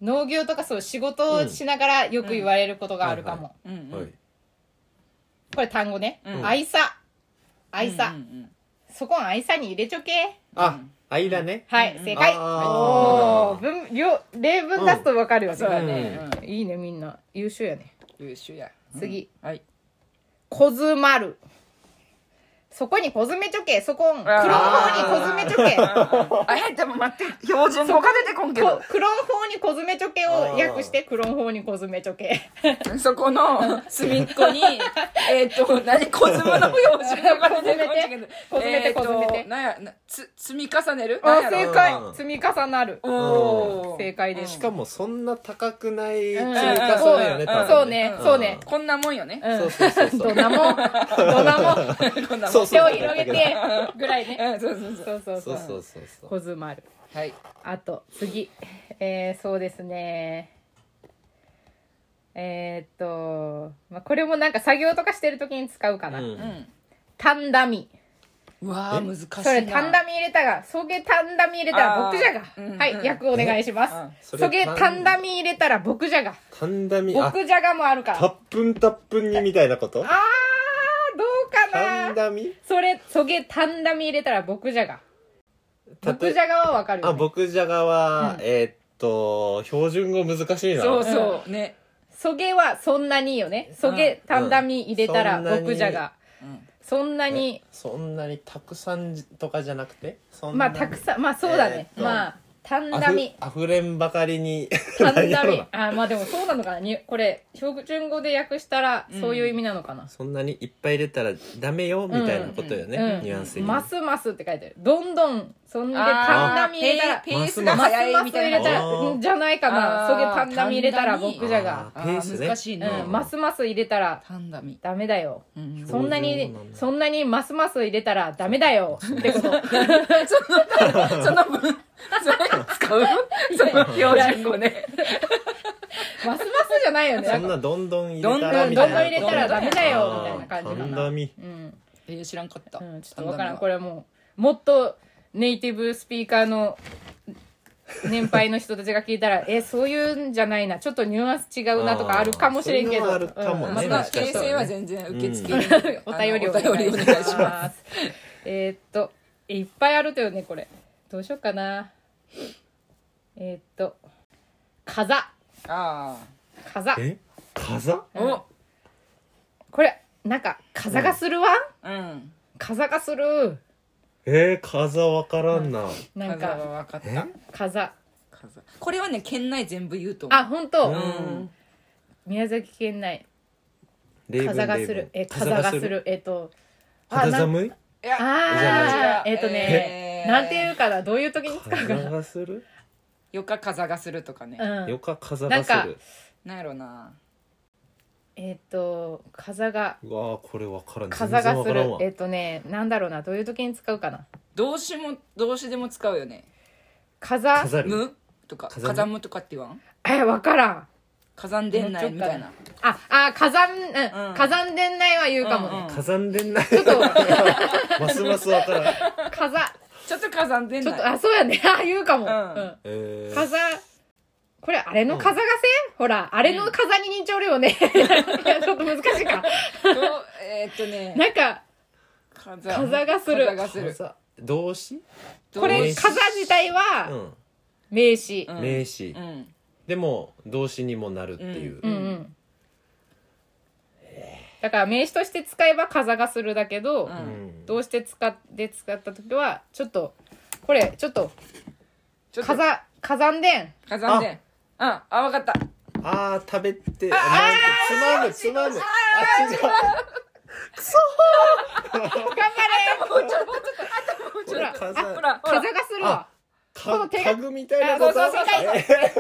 Speaker 1: 農業とかそう仕事をしながらよく言われることがあるかも、
Speaker 3: うん
Speaker 2: うんうん
Speaker 3: はい
Speaker 1: これ単語ね、
Speaker 2: うん
Speaker 1: 愛さ愛さ、
Speaker 2: うんうん
Speaker 1: そこん愛さに入れちょけ
Speaker 3: あ間ね
Speaker 1: はい、正解
Speaker 3: あー
Speaker 1: おー文両例文出すと分かるよね、
Speaker 2: そうやね、うん
Speaker 1: いいねみんな優秀やね
Speaker 2: 優秀や
Speaker 1: 次
Speaker 2: うんはい
Speaker 1: こずまるそこにこずめちょけそこん黒の方にこずめちょけ
Speaker 2: あえでも待って標準語が出てこんけど
Speaker 1: こクロン法にコズメチョケを訳してクロン法にコズメチョケ
Speaker 2: そこの隅っこに えっと何コズムの標準語が出てこんけど
Speaker 1: コズメテコズメテ
Speaker 2: えーとなんやなつ積み重ねる
Speaker 1: あ
Speaker 2: なんや
Speaker 1: 正
Speaker 2: ろ
Speaker 1: 解積み重なる
Speaker 2: おー
Speaker 1: 正解です
Speaker 3: しかもそんな高くない積み重ねよね、
Speaker 2: うん
Speaker 3: 多分
Speaker 1: そうねそうね
Speaker 2: こんなもんよね
Speaker 1: うん
Speaker 3: そうそうそうそう
Speaker 1: どんなもんどんなもん
Speaker 2: こんなもん
Speaker 3: そう
Speaker 1: 手
Speaker 3: そ
Speaker 1: を
Speaker 3: う
Speaker 1: 広げてぐらいね
Speaker 2: うんそうそうそう
Speaker 1: そうそ
Speaker 3: そそう
Speaker 1: うそうう
Speaker 3: そうそう
Speaker 1: コズマル
Speaker 2: はい
Speaker 1: あと次えー、そうですねえー、っと、まあ、これもなんか作業とかしてる時に使うかな、
Speaker 3: う
Speaker 1: うんん、
Speaker 2: うん
Speaker 1: タンダミ
Speaker 2: うわあ
Speaker 3: え
Speaker 2: 難しいな
Speaker 1: それタンダミ入れたが送迎タンダミ入れたら僕じゃが
Speaker 2: あ、ーうん
Speaker 1: はい、
Speaker 2: うん
Speaker 1: 訳お願いしま
Speaker 2: う
Speaker 1: す、
Speaker 2: ん
Speaker 1: そげタンダミ入れたら僕じゃが
Speaker 3: タンダミあ
Speaker 1: 僕じゃがもあるから
Speaker 3: た
Speaker 1: あ
Speaker 3: っぷんたっぷんにみたいなこと
Speaker 1: ーどう
Speaker 3: タ
Speaker 1: か
Speaker 3: ン
Speaker 1: な
Speaker 3: ダミ
Speaker 1: それそげタンダミ入れたら僕じゃが
Speaker 3: た
Speaker 1: 僕じゃがはわかるよ、
Speaker 3: あ
Speaker 1: ね、
Speaker 3: 僕じゃがは、えーっと標準語難しいな
Speaker 2: そうそうね
Speaker 1: そげはそんなによねそげタンダミ入れたら僕じゃが、
Speaker 2: うん
Speaker 1: そんな
Speaker 3: え
Speaker 1: に
Speaker 3: そんなにたくさんとかじゃなくてそん
Speaker 1: ま
Speaker 3: な
Speaker 1: あたくさんまあそうだね、
Speaker 3: えーっと
Speaker 1: まあタンダミ
Speaker 3: あふあふれんばかりに
Speaker 1: タンダ
Speaker 3: 何やろ
Speaker 1: ミ
Speaker 3: な
Speaker 1: あまあでもそうなのかなにこれ標準語で訳したらそういう意味なのかな、
Speaker 3: そんなにいっぱい入れたらダメよみたいなことよね、
Speaker 1: うん
Speaker 3: ニュアンス的に
Speaker 1: ますますって書いてあるどんどんそんで
Speaker 2: あー
Speaker 1: タンダミ入れたら
Speaker 2: ペースが
Speaker 1: ますます
Speaker 2: 早い
Speaker 1: 入
Speaker 2: みたい
Speaker 1: れ
Speaker 2: な
Speaker 1: たら
Speaker 3: あー
Speaker 1: うんじゃないかな
Speaker 2: あ
Speaker 1: そ
Speaker 2: ー
Speaker 1: げタンダミ入れたら
Speaker 2: タンダミ
Speaker 1: 僕じゃが、
Speaker 3: あーペースね
Speaker 2: 難しい
Speaker 1: うん
Speaker 2: な
Speaker 3: ー
Speaker 1: ますます入れたら
Speaker 2: タンダミ
Speaker 1: ダメだよ
Speaker 2: うん
Speaker 1: そんな
Speaker 3: そう
Speaker 1: に
Speaker 3: なんだ
Speaker 1: そんなにますます入れたらダメだよってこと
Speaker 2: その分それ使うその標準語ね
Speaker 1: ますますじゃないよね
Speaker 3: そ
Speaker 1: なん
Speaker 3: ん
Speaker 1: か
Speaker 3: などんどん入れ
Speaker 2: どんどん
Speaker 3: たら
Speaker 1: うん
Speaker 3: み
Speaker 1: ど
Speaker 3: た
Speaker 1: んどん
Speaker 3: いな
Speaker 1: 入れたらダメだよみたい
Speaker 3: あ
Speaker 1: な
Speaker 3: ー
Speaker 1: 感
Speaker 3: タ
Speaker 1: じか
Speaker 3: ン
Speaker 1: な
Speaker 3: ダミ
Speaker 1: うん、
Speaker 2: えー知らんかった
Speaker 1: うん、ちょっとわから
Speaker 2: タンダ
Speaker 1: ん
Speaker 2: ミは
Speaker 1: これはもうもっとネイティブスピーカーの年配の人たちが聞いたら えそういうんじゃないなちょっとニュアンス違うなとかあるかもしれんけど
Speaker 3: あーそういうのもあるかもね
Speaker 1: うん
Speaker 3: ま
Speaker 2: ま
Speaker 3: あ
Speaker 2: た訂正は全然受け付ける、
Speaker 1: お便りを
Speaker 2: お便りお願いします
Speaker 1: す。 えーっと、えいっぱいあるとよね、これ。どうしようかな。えーっと、かざ、
Speaker 2: あ
Speaker 1: かざ。
Speaker 3: え風
Speaker 2: あお
Speaker 1: これ、なんか風がするわ、
Speaker 2: うん
Speaker 1: 風がする
Speaker 3: えー、風わからんな。
Speaker 1: なん
Speaker 2: 風は分か
Speaker 1: か
Speaker 2: っ
Speaker 3: え
Speaker 2: た
Speaker 1: 風
Speaker 2: 風これはね県内全部言うと思う
Speaker 1: あ本当、
Speaker 3: うん
Speaker 1: 宮崎県内
Speaker 3: 例文
Speaker 1: 風がす
Speaker 3: 例文
Speaker 1: るえ風がする。えっとあ
Speaker 3: 肌
Speaker 1: なん
Speaker 3: 寒い
Speaker 2: いや
Speaker 1: あー
Speaker 2: 違う
Speaker 1: えっとね、
Speaker 2: えー
Speaker 1: なんていうかなどういう時に使うか
Speaker 3: 風
Speaker 1: な、
Speaker 3: がする
Speaker 2: よか風がするとかね、
Speaker 1: う
Speaker 3: よ
Speaker 1: ん、
Speaker 3: か風がす
Speaker 1: なんか
Speaker 3: る。
Speaker 2: なんやろな
Speaker 1: えっと風が
Speaker 3: うわーこれわからん。全然
Speaker 1: 風が
Speaker 3: わ
Speaker 1: す
Speaker 3: から
Speaker 1: る
Speaker 3: んわ。
Speaker 1: えっとねなんだろうなどういう時に使うかな
Speaker 2: 動詞も動詞でも使うよね
Speaker 1: 風
Speaker 2: 「
Speaker 3: 飾る。
Speaker 2: む」とか「
Speaker 3: 風む
Speaker 2: 風む」とかって言わん
Speaker 1: えわからん
Speaker 2: 火山伝内みたいな
Speaker 1: ああ火山、うん
Speaker 2: うん
Speaker 1: 火山伝内は言うかもね、
Speaker 2: うんうん
Speaker 3: 火山でんない。
Speaker 1: ちょっと
Speaker 3: ますますわ からん。
Speaker 1: 風
Speaker 2: ちょっと火山伝
Speaker 1: ちょっと
Speaker 2: 内
Speaker 1: あそうやね あ言うかも、
Speaker 2: う
Speaker 1: うんん
Speaker 3: えー、
Speaker 1: 風これあれの風がせ、ほらあれの風に認証料ね ちょっと難しいか
Speaker 2: どうえーっとね
Speaker 1: なんか
Speaker 2: 風
Speaker 1: 風がする
Speaker 2: 風がする
Speaker 3: 風動詞
Speaker 1: こ
Speaker 2: 動
Speaker 1: れ
Speaker 2: 詞
Speaker 1: 風自体
Speaker 3: う
Speaker 1: は
Speaker 3: ん。
Speaker 1: 名詞、
Speaker 2: うん
Speaker 3: 名詞
Speaker 2: う。ん
Speaker 3: でも、動詞にもなるっていう。
Speaker 1: うんうんだから名詞として使えば風がするだけど、
Speaker 2: う
Speaker 3: うんん
Speaker 1: どうして使って使った時はちょっとこれちょっと
Speaker 2: ちょっと
Speaker 1: 火山火山伝
Speaker 2: 火山伝うんあわかった
Speaker 3: あー、食べて、あなんつまむ、つまむ。あ、違う。
Speaker 1: 頑張れ
Speaker 2: もうちょっともうちょっとあともうち
Speaker 3: こ
Speaker 2: ょっ
Speaker 3: れ
Speaker 2: と
Speaker 3: 風、
Speaker 2: あほらほ
Speaker 1: 風
Speaker 2: ら
Speaker 1: がするわこの
Speaker 3: か
Speaker 1: 手が
Speaker 3: 家具みたいなこと
Speaker 1: あそうそうそう
Speaker 3: え
Speaker 1: 風自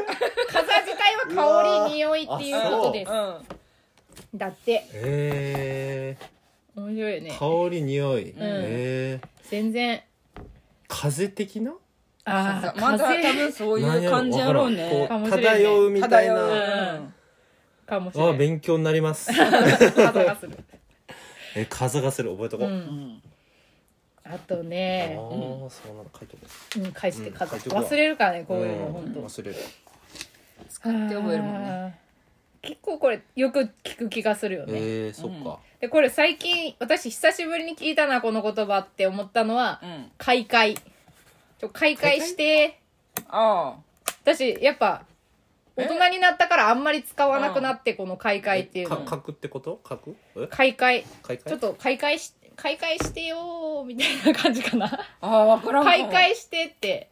Speaker 1: 体は香り匂いっていうことです
Speaker 2: うん
Speaker 1: だって
Speaker 3: え
Speaker 1: 面白いよね
Speaker 3: ー、香り匂い、えー、
Speaker 1: 全然
Speaker 3: 風的な
Speaker 1: ああ
Speaker 2: まだ
Speaker 1: 風
Speaker 2: 多分そういう感じやろうね
Speaker 1: か
Speaker 3: なん
Speaker 1: も
Speaker 3: やろ
Speaker 1: しれんね
Speaker 3: 漂うみたいな、
Speaker 1: 漂う
Speaker 2: う
Speaker 1: うんかもし
Speaker 3: あ
Speaker 1: れない
Speaker 3: 勉強になります
Speaker 1: 風がする
Speaker 3: え風がする覚えとこ
Speaker 1: う
Speaker 3: う、
Speaker 2: うんん
Speaker 1: あと
Speaker 3: あ
Speaker 1: ね
Speaker 3: あ、そうなの書いとこ
Speaker 1: うん返し
Speaker 3: う
Speaker 1: て
Speaker 3: ん
Speaker 1: 風
Speaker 3: 書いとくわ
Speaker 1: 忘れるからね
Speaker 3: う
Speaker 1: こういうの
Speaker 3: ん
Speaker 1: 本当
Speaker 3: 忘れる
Speaker 2: 使って覚えるもんね
Speaker 1: ね結構これよく聞く気がするよね、
Speaker 3: えー、そっか、
Speaker 1: でこれ最近私久しぶりに聞いたなこの言葉って思ったのは
Speaker 2: うん
Speaker 1: 「開会」ちょ「開会して
Speaker 2: ああ」
Speaker 1: 私やっぱ大人になったからあんまり使わなくなってこの「開会」っていう
Speaker 3: か
Speaker 1: の
Speaker 3: 書くってこと書くえ
Speaker 1: 「開会」
Speaker 3: 開会
Speaker 1: ちょっと開会し「開会してよー」みたいな感じ かな
Speaker 2: ああわか
Speaker 1: 「
Speaker 2: らんかも
Speaker 1: 開会して」って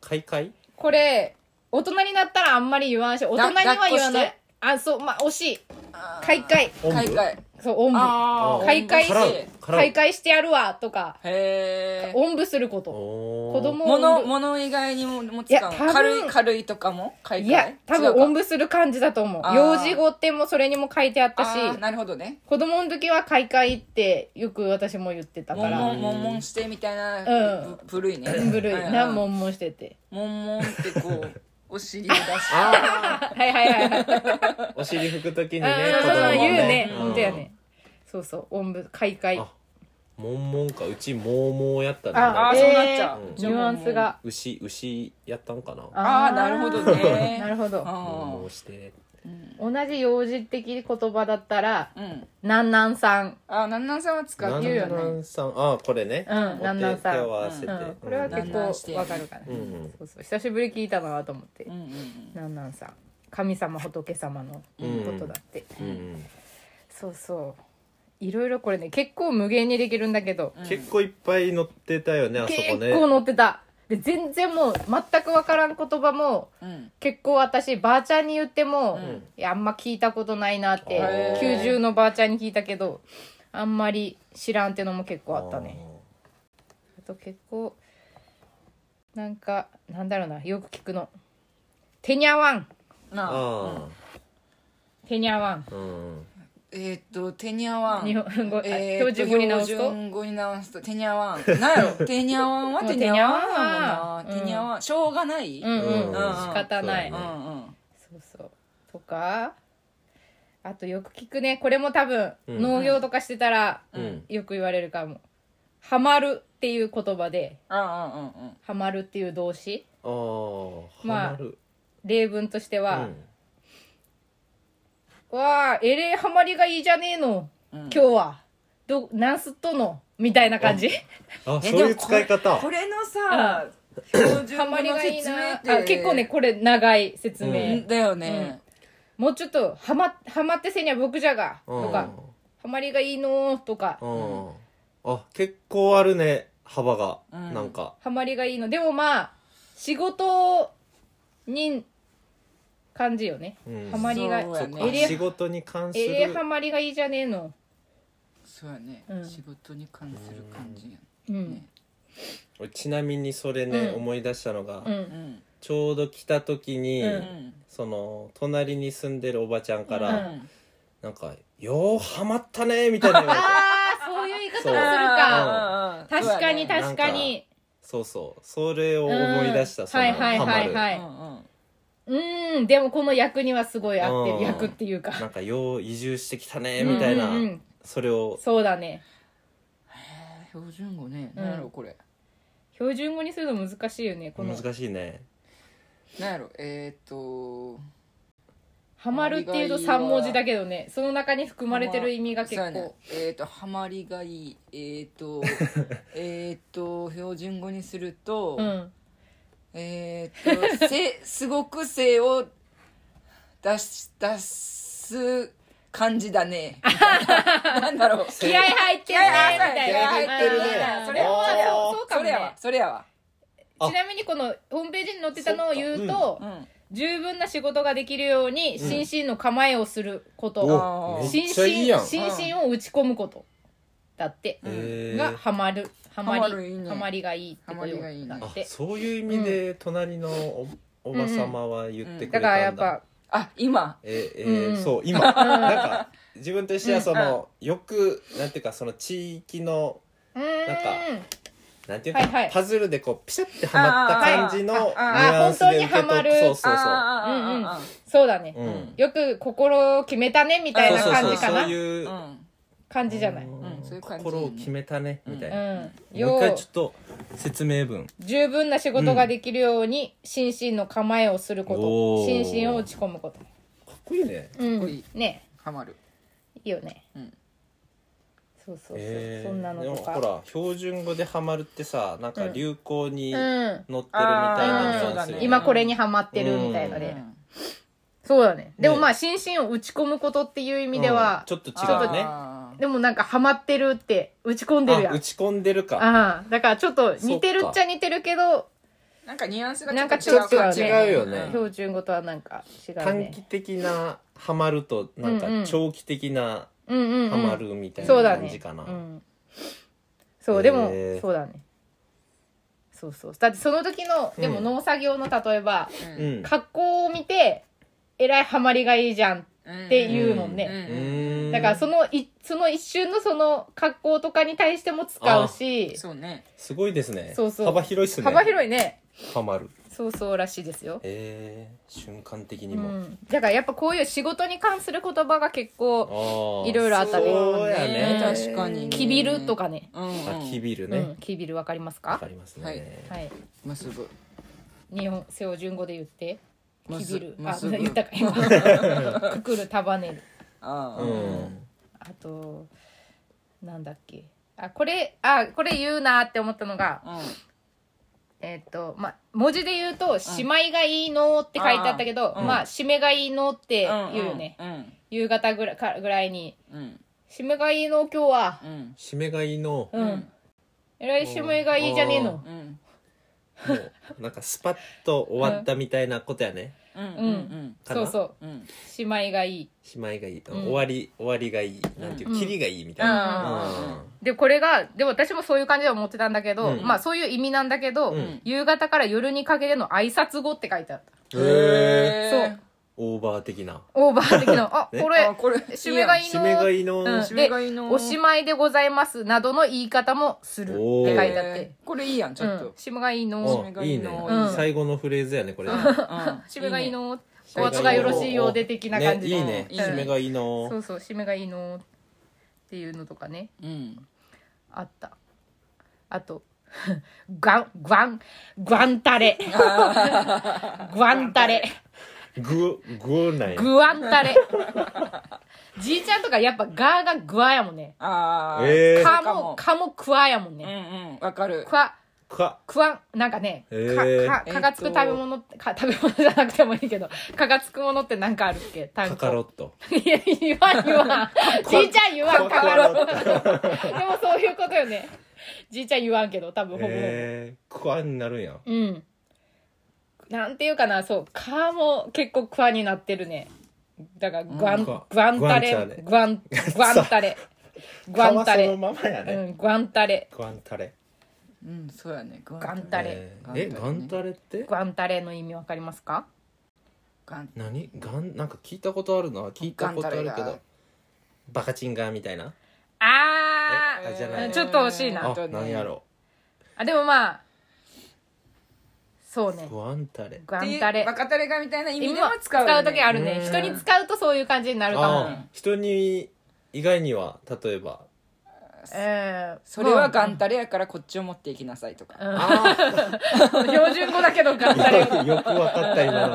Speaker 3: 開会
Speaker 1: これ大人になったらあんまり言わないし大人には言
Speaker 2: 抱
Speaker 1: わな
Speaker 2: っこし
Speaker 1: いあそうまあ惜しい
Speaker 2: あ
Speaker 1: 「
Speaker 2: あ
Speaker 1: 開会」
Speaker 3: おんぶ
Speaker 2: 開会
Speaker 1: そうおんぶ
Speaker 2: ああ
Speaker 1: 開会
Speaker 2: おんぶ
Speaker 3: からう
Speaker 2: し
Speaker 3: からう
Speaker 1: 開会してやるわとか
Speaker 2: へえ
Speaker 1: おんぶすること
Speaker 3: おー
Speaker 1: 子供をお
Speaker 2: 物
Speaker 1: んぶ
Speaker 2: 物以外にもも
Speaker 1: い
Speaker 2: 使
Speaker 1: や
Speaker 2: うの
Speaker 1: 多分
Speaker 2: 軽い軽いとかも開会
Speaker 1: いや多分おん
Speaker 2: ぶ
Speaker 1: ぶする感じだと思
Speaker 2: あー
Speaker 1: う幼児語ってもそれにも書いてあったし
Speaker 2: ああなるほどね
Speaker 1: 子供の時は開会ってよく私も言ってた
Speaker 2: も
Speaker 1: か
Speaker 2: ん
Speaker 1: ら
Speaker 2: もんもんもんしてみたいな
Speaker 1: うん
Speaker 2: ぶぶるいね
Speaker 1: ブル
Speaker 2: うんう
Speaker 1: ー
Speaker 2: ん
Speaker 1: なもんもんしてて
Speaker 2: もんもんってこうお尻を出し
Speaker 3: あ
Speaker 1: はいはいはいはい
Speaker 3: ーお尻拭くときにね
Speaker 1: あ
Speaker 3: 子供
Speaker 1: あ
Speaker 3: は
Speaker 1: 言うね
Speaker 3: うん
Speaker 1: 本当やねそうそうおんぶ開会
Speaker 3: あもんもんかうちもうもうやったね
Speaker 2: あー
Speaker 1: えー
Speaker 2: そうなっちゃう
Speaker 1: ニュアンスが
Speaker 3: 牛牛やったんかな
Speaker 2: あーなるほどね
Speaker 1: なるほど
Speaker 3: もう
Speaker 2: あ
Speaker 3: もうして
Speaker 1: 同じ幼児的言葉だったら
Speaker 2: あうん
Speaker 1: なんなんさん
Speaker 2: あなんなんさんは使
Speaker 3: な
Speaker 2: っ
Speaker 3: ん
Speaker 2: てるよ
Speaker 3: な
Speaker 2: ね
Speaker 3: んさんあこれね
Speaker 1: うんなんなんさん
Speaker 3: 手を合わせて、
Speaker 1: うんこれは結
Speaker 2: なんなんして
Speaker 1: 構わかるかな
Speaker 3: うんうん
Speaker 1: そうそう久しぶりに聞いたなと思って
Speaker 2: うんうんうん
Speaker 1: なんなんさん神様仏様のことだって、
Speaker 3: うんうん
Speaker 1: そうそういろいろこれね結構無限にできるんだけど、
Speaker 3: 結構いっぱい乗ってたよねあそ
Speaker 1: 結
Speaker 3: こね
Speaker 1: 構載ってたで全然もう全くわからん言葉も
Speaker 2: うん
Speaker 1: 結構私ばあちゃんに言っても、
Speaker 2: ん
Speaker 1: いやあんま聞いたことないなっ
Speaker 3: へ
Speaker 1: て
Speaker 2: ー
Speaker 1: 90のばあちゃんに聞いたけどあんまり知らんってのも結構あったねあと結構なんかなんだろうなよく聞くの「てにゃわん」
Speaker 2: なあ
Speaker 3: あ
Speaker 1: 「てにゃわん
Speaker 3: ーうん
Speaker 2: えーっとテニアワ」ン
Speaker 1: 日本語、あ
Speaker 2: えーっと
Speaker 1: 標準語に直す
Speaker 2: 標
Speaker 1: と
Speaker 2: 準語に直すとテニアワンなんやろテニアワンはテニアワンやもんな
Speaker 1: うん
Speaker 2: テニアワンしょうがない
Speaker 1: うんうん、
Speaker 3: うん
Speaker 1: 仕方ない、
Speaker 3: そうだね
Speaker 2: うん
Speaker 1: そうそうとかあとよく聞くねこれも多分
Speaker 3: うん
Speaker 1: 農業とかしてたら
Speaker 3: うんうん
Speaker 1: よく言われるかも「ハマる」っていう言葉で
Speaker 2: うんうんうんうん
Speaker 1: 「ハマる」っていう動詞
Speaker 3: あー
Speaker 1: ま
Speaker 3: ハマ
Speaker 1: あ
Speaker 3: る
Speaker 1: 例文として
Speaker 3: う
Speaker 1: は
Speaker 3: ん
Speaker 1: 「わあえれいハマりがいいじゃねえの、
Speaker 2: うん
Speaker 1: 今日はどなんすっとの」みたいな感じ
Speaker 3: あ
Speaker 2: え
Speaker 3: そういう使い
Speaker 2: でも
Speaker 3: 方
Speaker 2: これこれのさ標
Speaker 1: ハ
Speaker 2: 準語
Speaker 1: マり
Speaker 2: の
Speaker 1: がいい
Speaker 2: 説明
Speaker 1: な
Speaker 2: って
Speaker 1: あ結構ねこれ長い説明、
Speaker 2: だよね
Speaker 1: もうちょっとハマ「ハマってせにゃ僕じゃが」とか「ハマりがいいのとか
Speaker 3: うんあ結構あるね幅が、
Speaker 2: うん
Speaker 3: なんか
Speaker 1: ハマりがいいのでもまあ仕事に感じよね
Speaker 3: うん
Speaker 1: ハマりが
Speaker 2: そう
Speaker 3: そ
Speaker 2: や
Speaker 3: っ
Speaker 2: ね
Speaker 3: か
Speaker 1: エレ
Speaker 3: 仕事に関する、
Speaker 1: ええハマりがいいじゃねえの
Speaker 2: そうやね、
Speaker 1: うん
Speaker 2: 仕事に関する感じや
Speaker 1: うん、
Speaker 2: ね、
Speaker 3: 俺ちなみにそれね、
Speaker 1: うん
Speaker 3: 思い出したのが、
Speaker 1: うん
Speaker 2: うん
Speaker 3: ちょうど来た時に、
Speaker 1: う
Speaker 2: うんん
Speaker 3: その隣に住んでるおばちゃんから、
Speaker 1: うん
Speaker 3: なんか「ようハマったね」みたいな言 われた
Speaker 1: ああそういう言い方をす
Speaker 3: そう
Speaker 1: るか
Speaker 2: あー
Speaker 1: 確かに
Speaker 2: そうやね
Speaker 1: 確かに
Speaker 3: そうそうそれを思い出した、
Speaker 1: うん
Speaker 3: その
Speaker 1: はいはいはいは
Speaker 3: ハ
Speaker 1: い
Speaker 2: うんうん
Speaker 1: うーんでもこの役にはすごい合って
Speaker 3: う
Speaker 1: る
Speaker 3: ん
Speaker 1: 役っていうか
Speaker 3: マるなんか「よう移住してきたね」みたいな、
Speaker 1: うんうん
Speaker 3: それを
Speaker 1: そうだね
Speaker 2: へー標準語ね、
Speaker 1: う
Speaker 2: なんん、何やろこれ
Speaker 1: 標準語にするの難しいよねこの
Speaker 3: 難しいね
Speaker 2: なんやろえー、っと
Speaker 1: ハマるっていうと3文字だけどねその中に含まれてる意味が結
Speaker 2: そうやね
Speaker 1: 構
Speaker 2: えー、っとハマりがいいえー、っと えーっと標準語にすると、
Speaker 1: うん
Speaker 2: えー、っと せすごく性を出し出す感じだ ねなんだろう
Speaker 1: 気合入ってるねみたいな
Speaker 2: 気合入ってるね
Speaker 1: それは
Speaker 3: それは
Speaker 1: そうか
Speaker 2: そ
Speaker 1: も
Speaker 2: れやわ
Speaker 1: ね
Speaker 2: それやわ
Speaker 3: あ
Speaker 1: ちなみにこのホームページに載ってたのを言うと
Speaker 2: うん
Speaker 1: 十分な仕事ができるように心身の構えをすること、
Speaker 3: おめっ
Speaker 1: 心
Speaker 3: ちゃいいや
Speaker 1: 身
Speaker 3: ん
Speaker 1: 心身を打ち込むことだって、
Speaker 3: えー
Speaker 1: がハマるハマり
Speaker 2: ハマるいいね
Speaker 1: ハマりがいいってこ
Speaker 2: ハマり
Speaker 1: と
Speaker 2: がいいね
Speaker 1: だ
Speaker 3: あ
Speaker 1: って
Speaker 3: そういう意味で隣のお,、おばさまは言ってく
Speaker 1: だ
Speaker 3: れたんだ、
Speaker 1: からやっぱ
Speaker 2: あ今
Speaker 3: ええ
Speaker 1: うんうん
Speaker 3: そう今なんか自分としてはその、よくなんていうかその地域の
Speaker 1: うーん
Speaker 3: なんかなんていうか、
Speaker 1: はいはい
Speaker 3: パズルでこうピシャってはまった感じのニュ
Speaker 2: あ
Speaker 1: ー
Speaker 3: アンスで受け
Speaker 1: あー本当にはま
Speaker 3: 取
Speaker 1: る
Speaker 3: ってそうそうそ
Speaker 2: あーあーあーあー
Speaker 1: そうだね、
Speaker 3: う、うん、
Speaker 1: よく心を決めたねみたい
Speaker 3: そう
Speaker 1: な
Speaker 3: そうそ
Speaker 1: 感
Speaker 3: う
Speaker 1: じか
Speaker 3: そ
Speaker 1: な
Speaker 3: うい
Speaker 2: う
Speaker 3: う、
Speaker 2: ん
Speaker 1: 感じじゃない、うん
Speaker 2: うんそういう感じ
Speaker 3: 心を決めたねみたいな、もう
Speaker 1: よ
Speaker 3: 一回
Speaker 1: う
Speaker 3: ちょっと説明文
Speaker 1: 十分な仕事ができるように心身の構えをすること、
Speaker 3: おー
Speaker 1: 心身を打ち込むこと、
Speaker 3: かっこいいね
Speaker 1: うん、
Speaker 2: こいい
Speaker 1: ね
Speaker 2: ハマる
Speaker 1: いいよね、
Speaker 2: うん
Speaker 1: そうそうそう、
Speaker 3: えー
Speaker 1: そんなの
Speaker 3: でも
Speaker 1: とか
Speaker 3: ほら標準語でハマるってさなんか流行に乗ってる
Speaker 1: うん
Speaker 3: みたいなニュアンスよね、
Speaker 2: うん
Speaker 1: 今これにハマってるみたいな
Speaker 2: う
Speaker 1: ね、
Speaker 2: ん
Speaker 1: そうだねでも
Speaker 3: ね
Speaker 1: まあ心身を打ち込むことっていう意味では、
Speaker 3: うんちょっと違
Speaker 1: ちょっ
Speaker 3: う
Speaker 1: と
Speaker 3: ね
Speaker 2: あー
Speaker 1: でもなんかハマってるって打ち込んでるや
Speaker 3: あ
Speaker 1: ん
Speaker 3: 打ち込んでるか
Speaker 1: ああだからちょっと似てるっちゃ似てるけど
Speaker 2: なんかニュアンスが
Speaker 1: なんか
Speaker 2: ち
Speaker 1: ち
Speaker 2: ょ
Speaker 1: ょ
Speaker 2: っ
Speaker 1: っ
Speaker 2: と
Speaker 1: と
Speaker 2: 違う
Speaker 3: 違うよね
Speaker 1: 標準語とはなんか違う
Speaker 3: 短期
Speaker 1: ね
Speaker 3: 的なハマるとなんか
Speaker 1: うんうん
Speaker 3: 長期的な
Speaker 1: うんうん、うん、
Speaker 3: ハマるみたい
Speaker 1: そう
Speaker 3: な
Speaker 1: だ
Speaker 3: 感
Speaker 1: ね
Speaker 3: じかな、
Speaker 1: うん、そうでも、
Speaker 3: へえ
Speaker 1: そうだねそうそうだってその時のでも
Speaker 3: うん
Speaker 1: 農作業の例えば、
Speaker 2: うん
Speaker 3: うん
Speaker 1: 格好を見てえらいハマりがいいじゃん
Speaker 2: うん
Speaker 1: って言うもんね、
Speaker 2: うん
Speaker 3: うん
Speaker 1: だからそのいその一瞬のその格好とかに対しても使うし
Speaker 2: そうね
Speaker 3: すごいですね
Speaker 1: そうそう
Speaker 3: 幅広いっすね
Speaker 1: 幅広
Speaker 3: い
Speaker 1: いね
Speaker 3: ハマる
Speaker 1: そうそうらしいですよ、
Speaker 3: えー、瞬間的
Speaker 1: う
Speaker 3: にも、
Speaker 1: ん、だからやっぱこういう仕事に関する言葉が結
Speaker 3: あ
Speaker 1: 構
Speaker 3: ー
Speaker 1: いろいろあったね
Speaker 3: そうやね
Speaker 1: ね
Speaker 2: 確かに
Speaker 1: 「きびる」とかね
Speaker 2: うんうん
Speaker 3: あきびる
Speaker 1: 「
Speaker 3: ね、
Speaker 1: うん、きびる」わかります
Speaker 3: わ
Speaker 1: か
Speaker 3: かりますね、
Speaker 2: はい
Speaker 1: はい
Speaker 2: まっすぐ
Speaker 1: 日本背を順語で言って「
Speaker 2: ま
Speaker 1: き
Speaker 2: す
Speaker 1: びる」
Speaker 2: ま
Speaker 1: あ
Speaker 2: すぐ
Speaker 1: 言ったか今くくる束ねる
Speaker 2: あ
Speaker 3: う
Speaker 2: ー
Speaker 3: ん
Speaker 1: あとなんだっけあこれあこれ言うなって思ったのが
Speaker 2: うん
Speaker 1: えっ、とまあ文字で言うと「しまいがいいの」って書いてあったけど、
Speaker 2: うん
Speaker 1: まあ「締めがいいの」って言うよね、
Speaker 2: うん
Speaker 1: 夕方ぐらいかぐらいに
Speaker 2: うん
Speaker 1: 「締めがいいの今日は
Speaker 2: うん
Speaker 3: 締めがいいの」
Speaker 1: うん、えらい締めがいいじゃねえの
Speaker 2: う」ん
Speaker 3: もうなんかスパッと終わったみたいなことや
Speaker 2: う
Speaker 3: ね、
Speaker 2: ん
Speaker 1: うん
Speaker 2: うん
Speaker 3: か
Speaker 1: そ
Speaker 3: な
Speaker 1: うそ
Speaker 2: う
Speaker 1: う
Speaker 2: ん
Speaker 1: 「しまいがいい
Speaker 3: しまいがいい、
Speaker 1: ん
Speaker 3: 終わり終わりがいいなんていう、
Speaker 1: うん
Speaker 3: キリがいいみたいな、
Speaker 2: うん
Speaker 1: でこれがでも私もそういう感じで思ってたんだけど、
Speaker 3: うん
Speaker 1: まあそういう意味なんだけど、
Speaker 3: うん
Speaker 1: 夕方から夜にかけての挨拶語って書いてあった、
Speaker 3: へえ
Speaker 1: そう
Speaker 3: オーバー的な
Speaker 1: オーバー的 なあ
Speaker 3: ね
Speaker 1: こ
Speaker 2: あ
Speaker 1: れ
Speaker 2: これ
Speaker 1: 締めがいい
Speaker 3: 締
Speaker 1: の
Speaker 3: めがいいの、
Speaker 1: うん
Speaker 2: 締めがいいの
Speaker 1: でおしまいでございますなどの言い方もするって
Speaker 3: お
Speaker 1: 書
Speaker 3: ー
Speaker 2: やん
Speaker 1: いてあって
Speaker 2: えーこれいいやんちょっ
Speaker 1: うん
Speaker 2: と
Speaker 1: 締めがいい
Speaker 3: お
Speaker 1: の
Speaker 2: 締めがい
Speaker 3: い
Speaker 2: い
Speaker 3: いね
Speaker 2: の、
Speaker 1: うん
Speaker 3: 最後のフレーズやねこれ、
Speaker 1: 締めがいいの
Speaker 3: 締
Speaker 1: お
Speaker 3: めがいいの
Speaker 1: 後がよろしいようで的な感じ
Speaker 3: ね、いい
Speaker 1: の、
Speaker 3: ね
Speaker 2: うん
Speaker 3: 締めがいいの、
Speaker 1: そうそう締めがいいのっていうのとかね
Speaker 2: うん
Speaker 1: あったあと グワングワングワンタレグワンタレ
Speaker 3: ググない
Speaker 1: グワンタレじいちゃんとかやっぱガーがグワやもんね
Speaker 2: ああ
Speaker 3: えー
Speaker 1: カもカもクワやもん
Speaker 2: う
Speaker 1: ね
Speaker 2: んうんわかる
Speaker 1: クワ
Speaker 3: か
Speaker 1: クワンなんかね、
Speaker 3: へー
Speaker 1: かかかがつく食べ物って、か食べ物じゃなくてもいいけどかがつくものってなんかあるっけ単
Speaker 3: カ
Speaker 1: 語
Speaker 3: カロット
Speaker 1: いや言わん言わんじいちゃん言わ
Speaker 3: カ
Speaker 1: んか
Speaker 3: カ
Speaker 1: か
Speaker 3: ロ
Speaker 1: ろ
Speaker 3: ット
Speaker 1: でもそういうことよねじいちゃん言わんけど多分ほぼほぼ、
Speaker 3: えー、クワになるんや
Speaker 1: うんなんていうかなそう「か」も結構「クワ」になってるねだからグワン、
Speaker 3: うん
Speaker 1: グワンタレグワン グワンタレグワンタ
Speaker 3: 皮その
Speaker 1: レ
Speaker 3: ままや
Speaker 1: う
Speaker 3: ね、
Speaker 1: んグワンタレ
Speaker 3: グワンタレ
Speaker 2: うん、そうやね。ガ
Speaker 1: ガン
Speaker 2: レ。
Speaker 1: タレ、
Speaker 3: えーえガ
Speaker 2: ガ
Speaker 3: ン
Speaker 2: ン
Speaker 3: タ
Speaker 2: タ
Speaker 3: レって
Speaker 1: グワンタレの意味わかりますか
Speaker 2: ガン
Speaker 3: 何ガンなんか聞いたことあるな聞いたことあ
Speaker 2: ガ
Speaker 3: る
Speaker 2: ン
Speaker 3: け
Speaker 2: タレ
Speaker 3: ど
Speaker 2: が
Speaker 3: バカチンガーみたいな
Speaker 1: あ
Speaker 3: えあじゃない
Speaker 1: ーちょっと惜しいな
Speaker 3: あ
Speaker 2: 本当に
Speaker 3: 何やろ
Speaker 1: あでもまあそう
Speaker 3: う
Speaker 1: ね
Speaker 3: グワンタレ
Speaker 1: グワ
Speaker 2: ってい
Speaker 1: ン
Speaker 2: う
Speaker 1: タレ
Speaker 2: バカタレがみたいな意味でも
Speaker 1: 今
Speaker 2: 使う、ね。
Speaker 1: 使う時ある
Speaker 3: う
Speaker 1: ね
Speaker 3: ん
Speaker 1: 人に使うとそういう感じになるかも
Speaker 3: ああ人に以外には例えば
Speaker 1: えー
Speaker 2: それはガンタレやからこっちを持っていきなさいとか。
Speaker 3: あ
Speaker 1: うん標準語だけどガン タレ
Speaker 3: あよく分かった今の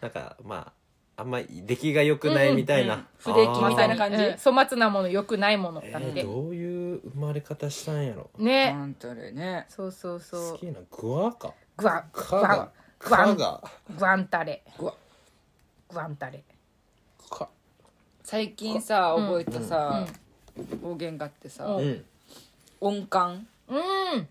Speaker 3: なんかまああんまり出来が良くないみたいな、
Speaker 1: うんうん
Speaker 2: 不出来みたいな
Speaker 3: じ
Speaker 2: 感じ。
Speaker 1: うん粗末なもの良くないものだっ
Speaker 3: え
Speaker 1: て
Speaker 3: ー、どういう生まれ方したんやろ
Speaker 1: ね
Speaker 2: ガンタレね。
Speaker 1: そうそうそ
Speaker 3: 好
Speaker 1: う
Speaker 3: きなグワか
Speaker 1: グワング
Speaker 3: カ
Speaker 1: ワ
Speaker 3: が
Speaker 1: ングワ
Speaker 3: カ
Speaker 1: ン
Speaker 3: が
Speaker 1: グワンタレ
Speaker 2: うわ
Speaker 1: グワンタレ
Speaker 3: カ
Speaker 2: 最近さ
Speaker 1: うん
Speaker 2: 覚えたさ、方言があってさ、
Speaker 1: う
Speaker 3: うん
Speaker 2: 音感
Speaker 1: うん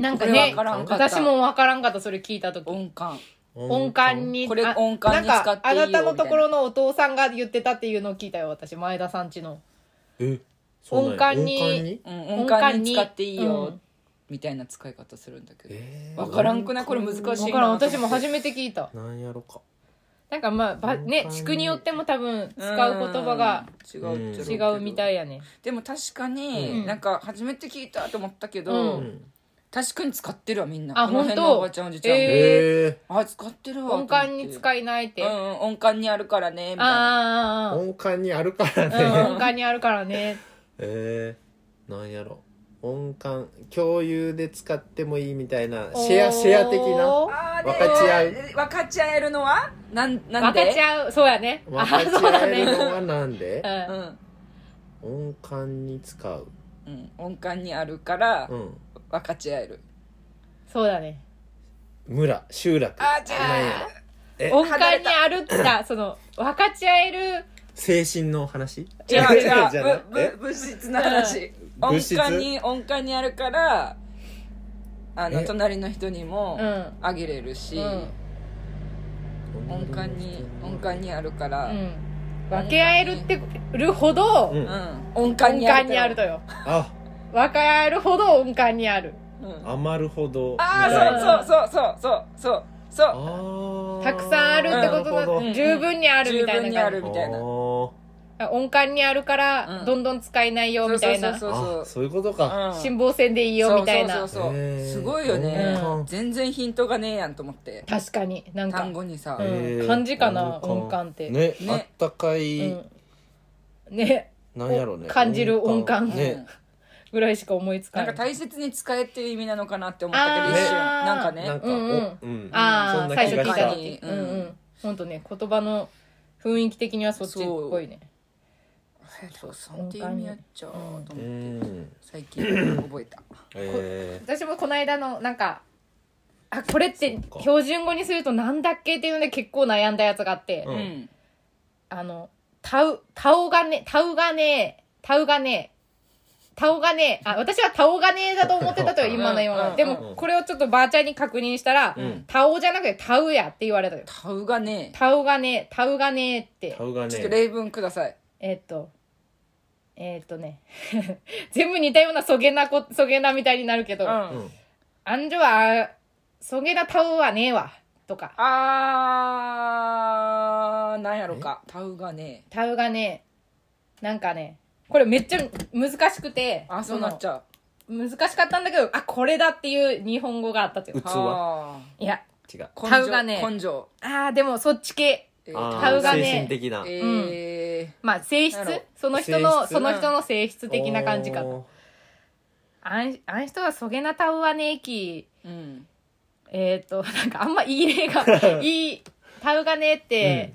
Speaker 1: なんか
Speaker 2: これ
Speaker 1: ね
Speaker 2: 分からんかった
Speaker 1: 私も分からんかったそれ聞いた時
Speaker 2: 音感
Speaker 1: 音感に
Speaker 2: これ
Speaker 1: あ
Speaker 2: 音感に使っていいよ
Speaker 1: なんかあなたのところのお父さんが言ってたっていうのを聞いたよ私前田さんちの
Speaker 3: えそうなんや
Speaker 1: 音感に
Speaker 3: 音
Speaker 2: うん、音感に使っていいよ、
Speaker 1: うん
Speaker 2: みたいな使い方するんだけど、
Speaker 3: えー
Speaker 2: わからんくないこれ難しいな
Speaker 1: 分からん私も初めて聞いた
Speaker 3: なんやろか
Speaker 1: なんかまあば
Speaker 3: 音
Speaker 1: ね
Speaker 3: 感に
Speaker 1: 地区によっても多分使う言葉が
Speaker 2: 違う
Speaker 1: 違うみた
Speaker 2: い
Speaker 1: いやね
Speaker 2: でも確かに、
Speaker 1: うん
Speaker 2: なんか初めて聞いたと思ったけ
Speaker 1: う
Speaker 2: ど、
Speaker 3: うん
Speaker 2: 確かに使ってるわみんな
Speaker 1: あ
Speaker 2: この辺の
Speaker 1: ほんと
Speaker 2: おばちゃんおじちゃん、
Speaker 1: え
Speaker 3: え
Speaker 2: あ使ってるわ
Speaker 1: 音感に
Speaker 2: っ
Speaker 1: 使いないってて
Speaker 2: うん
Speaker 1: あ
Speaker 2: うん音感にあるからねみたいな
Speaker 3: ー
Speaker 1: あああ
Speaker 3: 音感にあるから
Speaker 1: あああ
Speaker 3: ね
Speaker 1: うん音感にあるからね
Speaker 3: えー、なんやろ音感共有で使ってもいいみたいな
Speaker 1: おー
Speaker 3: シェアシェア的な
Speaker 2: あーで
Speaker 3: 分かち合う
Speaker 2: 分かち合えるのはなんなん
Speaker 1: 分
Speaker 2: で
Speaker 1: かち合うそうやねあ
Speaker 3: 分
Speaker 1: あ
Speaker 3: か
Speaker 1: そう
Speaker 3: ち合
Speaker 1: だ
Speaker 3: えるの
Speaker 1: ね
Speaker 3: はなんで
Speaker 1: うん
Speaker 2: うん
Speaker 3: 音感に使う
Speaker 2: うん、音感にあるから
Speaker 3: うん
Speaker 2: 分かち合える、
Speaker 1: そうだね
Speaker 3: 村集落
Speaker 2: あ違う
Speaker 3: なんやろえ
Speaker 1: 音感にあるったその分かち合える
Speaker 3: 精神の話
Speaker 2: 違う
Speaker 3: じゃな
Speaker 2: 違う
Speaker 3: く
Speaker 2: ぶ
Speaker 3: て
Speaker 2: ぶ物質の話
Speaker 3: 物
Speaker 2: 音
Speaker 3: 質
Speaker 2: 感に音感にあるからあの
Speaker 3: え
Speaker 2: 隣の人にも
Speaker 1: うん
Speaker 2: あげれるし、
Speaker 1: うん
Speaker 2: 音感に音感にあるから、
Speaker 1: う
Speaker 2: うん
Speaker 1: ん分け合えるってるほど
Speaker 3: うん
Speaker 2: 音感
Speaker 1: 音
Speaker 2: にある
Speaker 1: 感にあるとよ
Speaker 3: あ
Speaker 1: 分かち合えるほど音感にある
Speaker 2: うんあ
Speaker 3: 余るほど
Speaker 2: あ
Speaker 3: みたいな
Speaker 2: ーそうそうそうそうそうそう
Speaker 3: あー
Speaker 1: たくさんあるってこ
Speaker 3: な
Speaker 1: と
Speaker 3: るほ
Speaker 1: が
Speaker 3: ど
Speaker 2: ん
Speaker 1: 十分にあるみた
Speaker 2: 十分
Speaker 1: い
Speaker 2: に
Speaker 1: な
Speaker 2: あ
Speaker 1: 感
Speaker 2: るみたいな
Speaker 3: あー
Speaker 1: じ音感にあるか
Speaker 2: う
Speaker 1: ら
Speaker 2: ん
Speaker 1: どんどん使えないよ
Speaker 2: そう
Speaker 1: み
Speaker 2: そ
Speaker 1: た
Speaker 2: う
Speaker 1: い
Speaker 2: そう
Speaker 1: な
Speaker 2: そうそう
Speaker 3: そういうことか
Speaker 2: うん
Speaker 1: 辛抱戦でいいよみたいな
Speaker 2: そうそうそうそう
Speaker 3: へー
Speaker 2: すごいよね、
Speaker 1: うん
Speaker 2: 全然ヒントがねえやんと思って
Speaker 1: 確かになんか
Speaker 2: 単語にさ、
Speaker 1: うん
Speaker 3: へー
Speaker 1: 漢字かな音感って
Speaker 3: ね
Speaker 2: ね
Speaker 3: あったかい
Speaker 1: うんね
Speaker 3: なんやろね
Speaker 1: 感じる音
Speaker 2: う
Speaker 1: 感
Speaker 3: ね
Speaker 2: ん
Speaker 1: ぐらいしか思いつ
Speaker 2: な
Speaker 1: か
Speaker 2: ん
Speaker 1: な
Speaker 2: か
Speaker 1: い
Speaker 2: 大切に使えっていう意味なのかなって思ったけ
Speaker 1: あ
Speaker 2: ど
Speaker 1: ー
Speaker 2: 一瞬なんか
Speaker 3: なん
Speaker 2: ね
Speaker 3: か
Speaker 1: うんうん
Speaker 3: おうん
Speaker 1: あ
Speaker 3: そん
Speaker 1: あ
Speaker 3: な
Speaker 1: 最
Speaker 3: 気
Speaker 1: 初
Speaker 3: が
Speaker 1: 聞い
Speaker 3: したた
Speaker 1: 時う
Speaker 2: うんん
Speaker 1: うん本当ね言葉の雰囲気的にはそっちっぽいね
Speaker 2: えっとさんっていう意味やっちゃうと思って、
Speaker 3: うん
Speaker 2: 最近覚えた
Speaker 3: え
Speaker 1: 私もこの間のなんかあこれって
Speaker 3: そっか
Speaker 1: 標準語にするとなんだっけっていうので結構悩んだやつがあって、
Speaker 3: う
Speaker 2: うんん、
Speaker 1: あの、タウ、タオガネ、タウガネ、タウガネ、タオガネ、あ、私はタオガネだと思ってた とよ、今の今
Speaker 2: うんうんう
Speaker 1: の。
Speaker 2: ん
Speaker 1: でも、これをちょっとばあちゃんに確認したら、
Speaker 3: ん
Speaker 1: タオじゃなくてタウやって言われたよ。
Speaker 2: タウがね
Speaker 1: タウガネ、タウガネって
Speaker 3: ー、タ、ウが
Speaker 2: ちょっ
Speaker 3: ね
Speaker 2: と例文ください
Speaker 1: えっと、えっとね、 全部似たようなそげなこ、そげなみたいになるけど、
Speaker 2: うん、
Speaker 1: あ
Speaker 3: うん
Speaker 1: んじょは、そげなタオはねえわ、とか、
Speaker 2: あーなんやろかタウがね
Speaker 1: タウガネ、なんかね、これめっちゃ難しくて、
Speaker 2: あそうなっちゃう
Speaker 1: 難しかったんだけど、あ、これだっていう日本語があったという
Speaker 3: う。つは
Speaker 2: あ
Speaker 1: いや、
Speaker 3: 違う
Speaker 2: ー
Speaker 1: タウがね
Speaker 2: 根性
Speaker 1: ああ、でもそっち系。
Speaker 2: え
Speaker 3: あー
Speaker 1: タウがね
Speaker 3: 精神的な
Speaker 2: え
Speaker 1: まあ、性質
Speaker 2: なるほど
Speaker 1: その人の、
Speaker 3: 性質
Speaker 1: その人の性質的な感じか
Speaker 3: おー
Speaker 1: あん、あん人はそげなタウはねえき、
Speaker 2: ーうん
Speaker 1: えっ、ー、と、 なんかあんまいい 例が、いい、タウがねえって、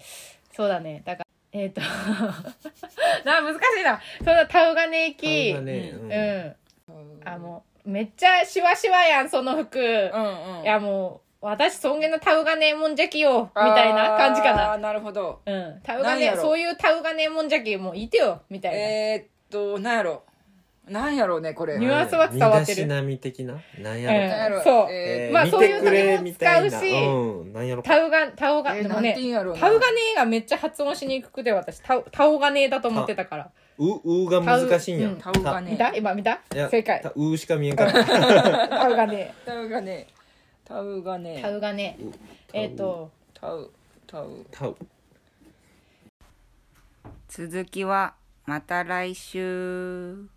Speaker 1: そうだね。だから、えっ、ー、と、 な、難しいな。そうだ、タウがねえ
Speaker 3: タウ
Speaker 1: き、
Speaker 3: がね
Speaker 1: う
Speaker 3: うん
Speaker 1: ん。あ、もう、めっちゃシワシワやんその服、
Speaker 2: うんうん
Speaker 1: いやもう私尊厳のタウガネーモンジャキよみたいな感じか
Speaker 2: あ
Speaker 1: な
Speaker 2: ーなるほど
Speaker 1: うんタウガ
Speaker 2: なんや
Speaker 1: ネ
Speaker 2: ろ
Speaker 1: そういうタウガネーモンジャキもういてよみたいな、
Speaker 2: えー、っとなんやろなんやろうねこれ
Speaker 1: ニュアンスは伝わってる
Speaker 3: 身だしなみ的ななんや
Speaker 1: う
Speaker 3: ろ
Speaker 1: ん
Speaker 3: か、
Speaker 2: なんやろ
Speaker 1: そう
Speaker 2: えー
Speaker 1: まあ
Speaker 3: 見
Speaker 1: そういう
Speaker 3: てくれ
Speaker 1: 時も
Speaker 3: みたいな
Speaker 1: 使うし
Speaker 3: うん、なんやろか
Speaker 1: タウガタウガ、
Speaker 2: えー
Speaker 1: でも
Speaker 2: なんて言うん
Speaker 1: ね
Speaker 2: やろうな
Speaker 1: タウガネーがめっちゃ発音しにくくて私タウタウガネーだと思ってたから
Speaker 3: ううが難しいんや
Speaker 2: タウが
Speaker 1: 見
Speaker 2: ね
Speaker 1: た今見た
Speaker 3: たいや
Speaker 1: 正解
Speaker 3: たうしか見えんかった
Speaker 1: タウガネ
Speaker 2: タウがねタウが
Speaker 1: ー
Speaker 2: ね
Speaker 1: タウガネーえっ、と
Speaker 2: タウタウ
Speaker 3: たう
Speaker 2: 続きはまた来週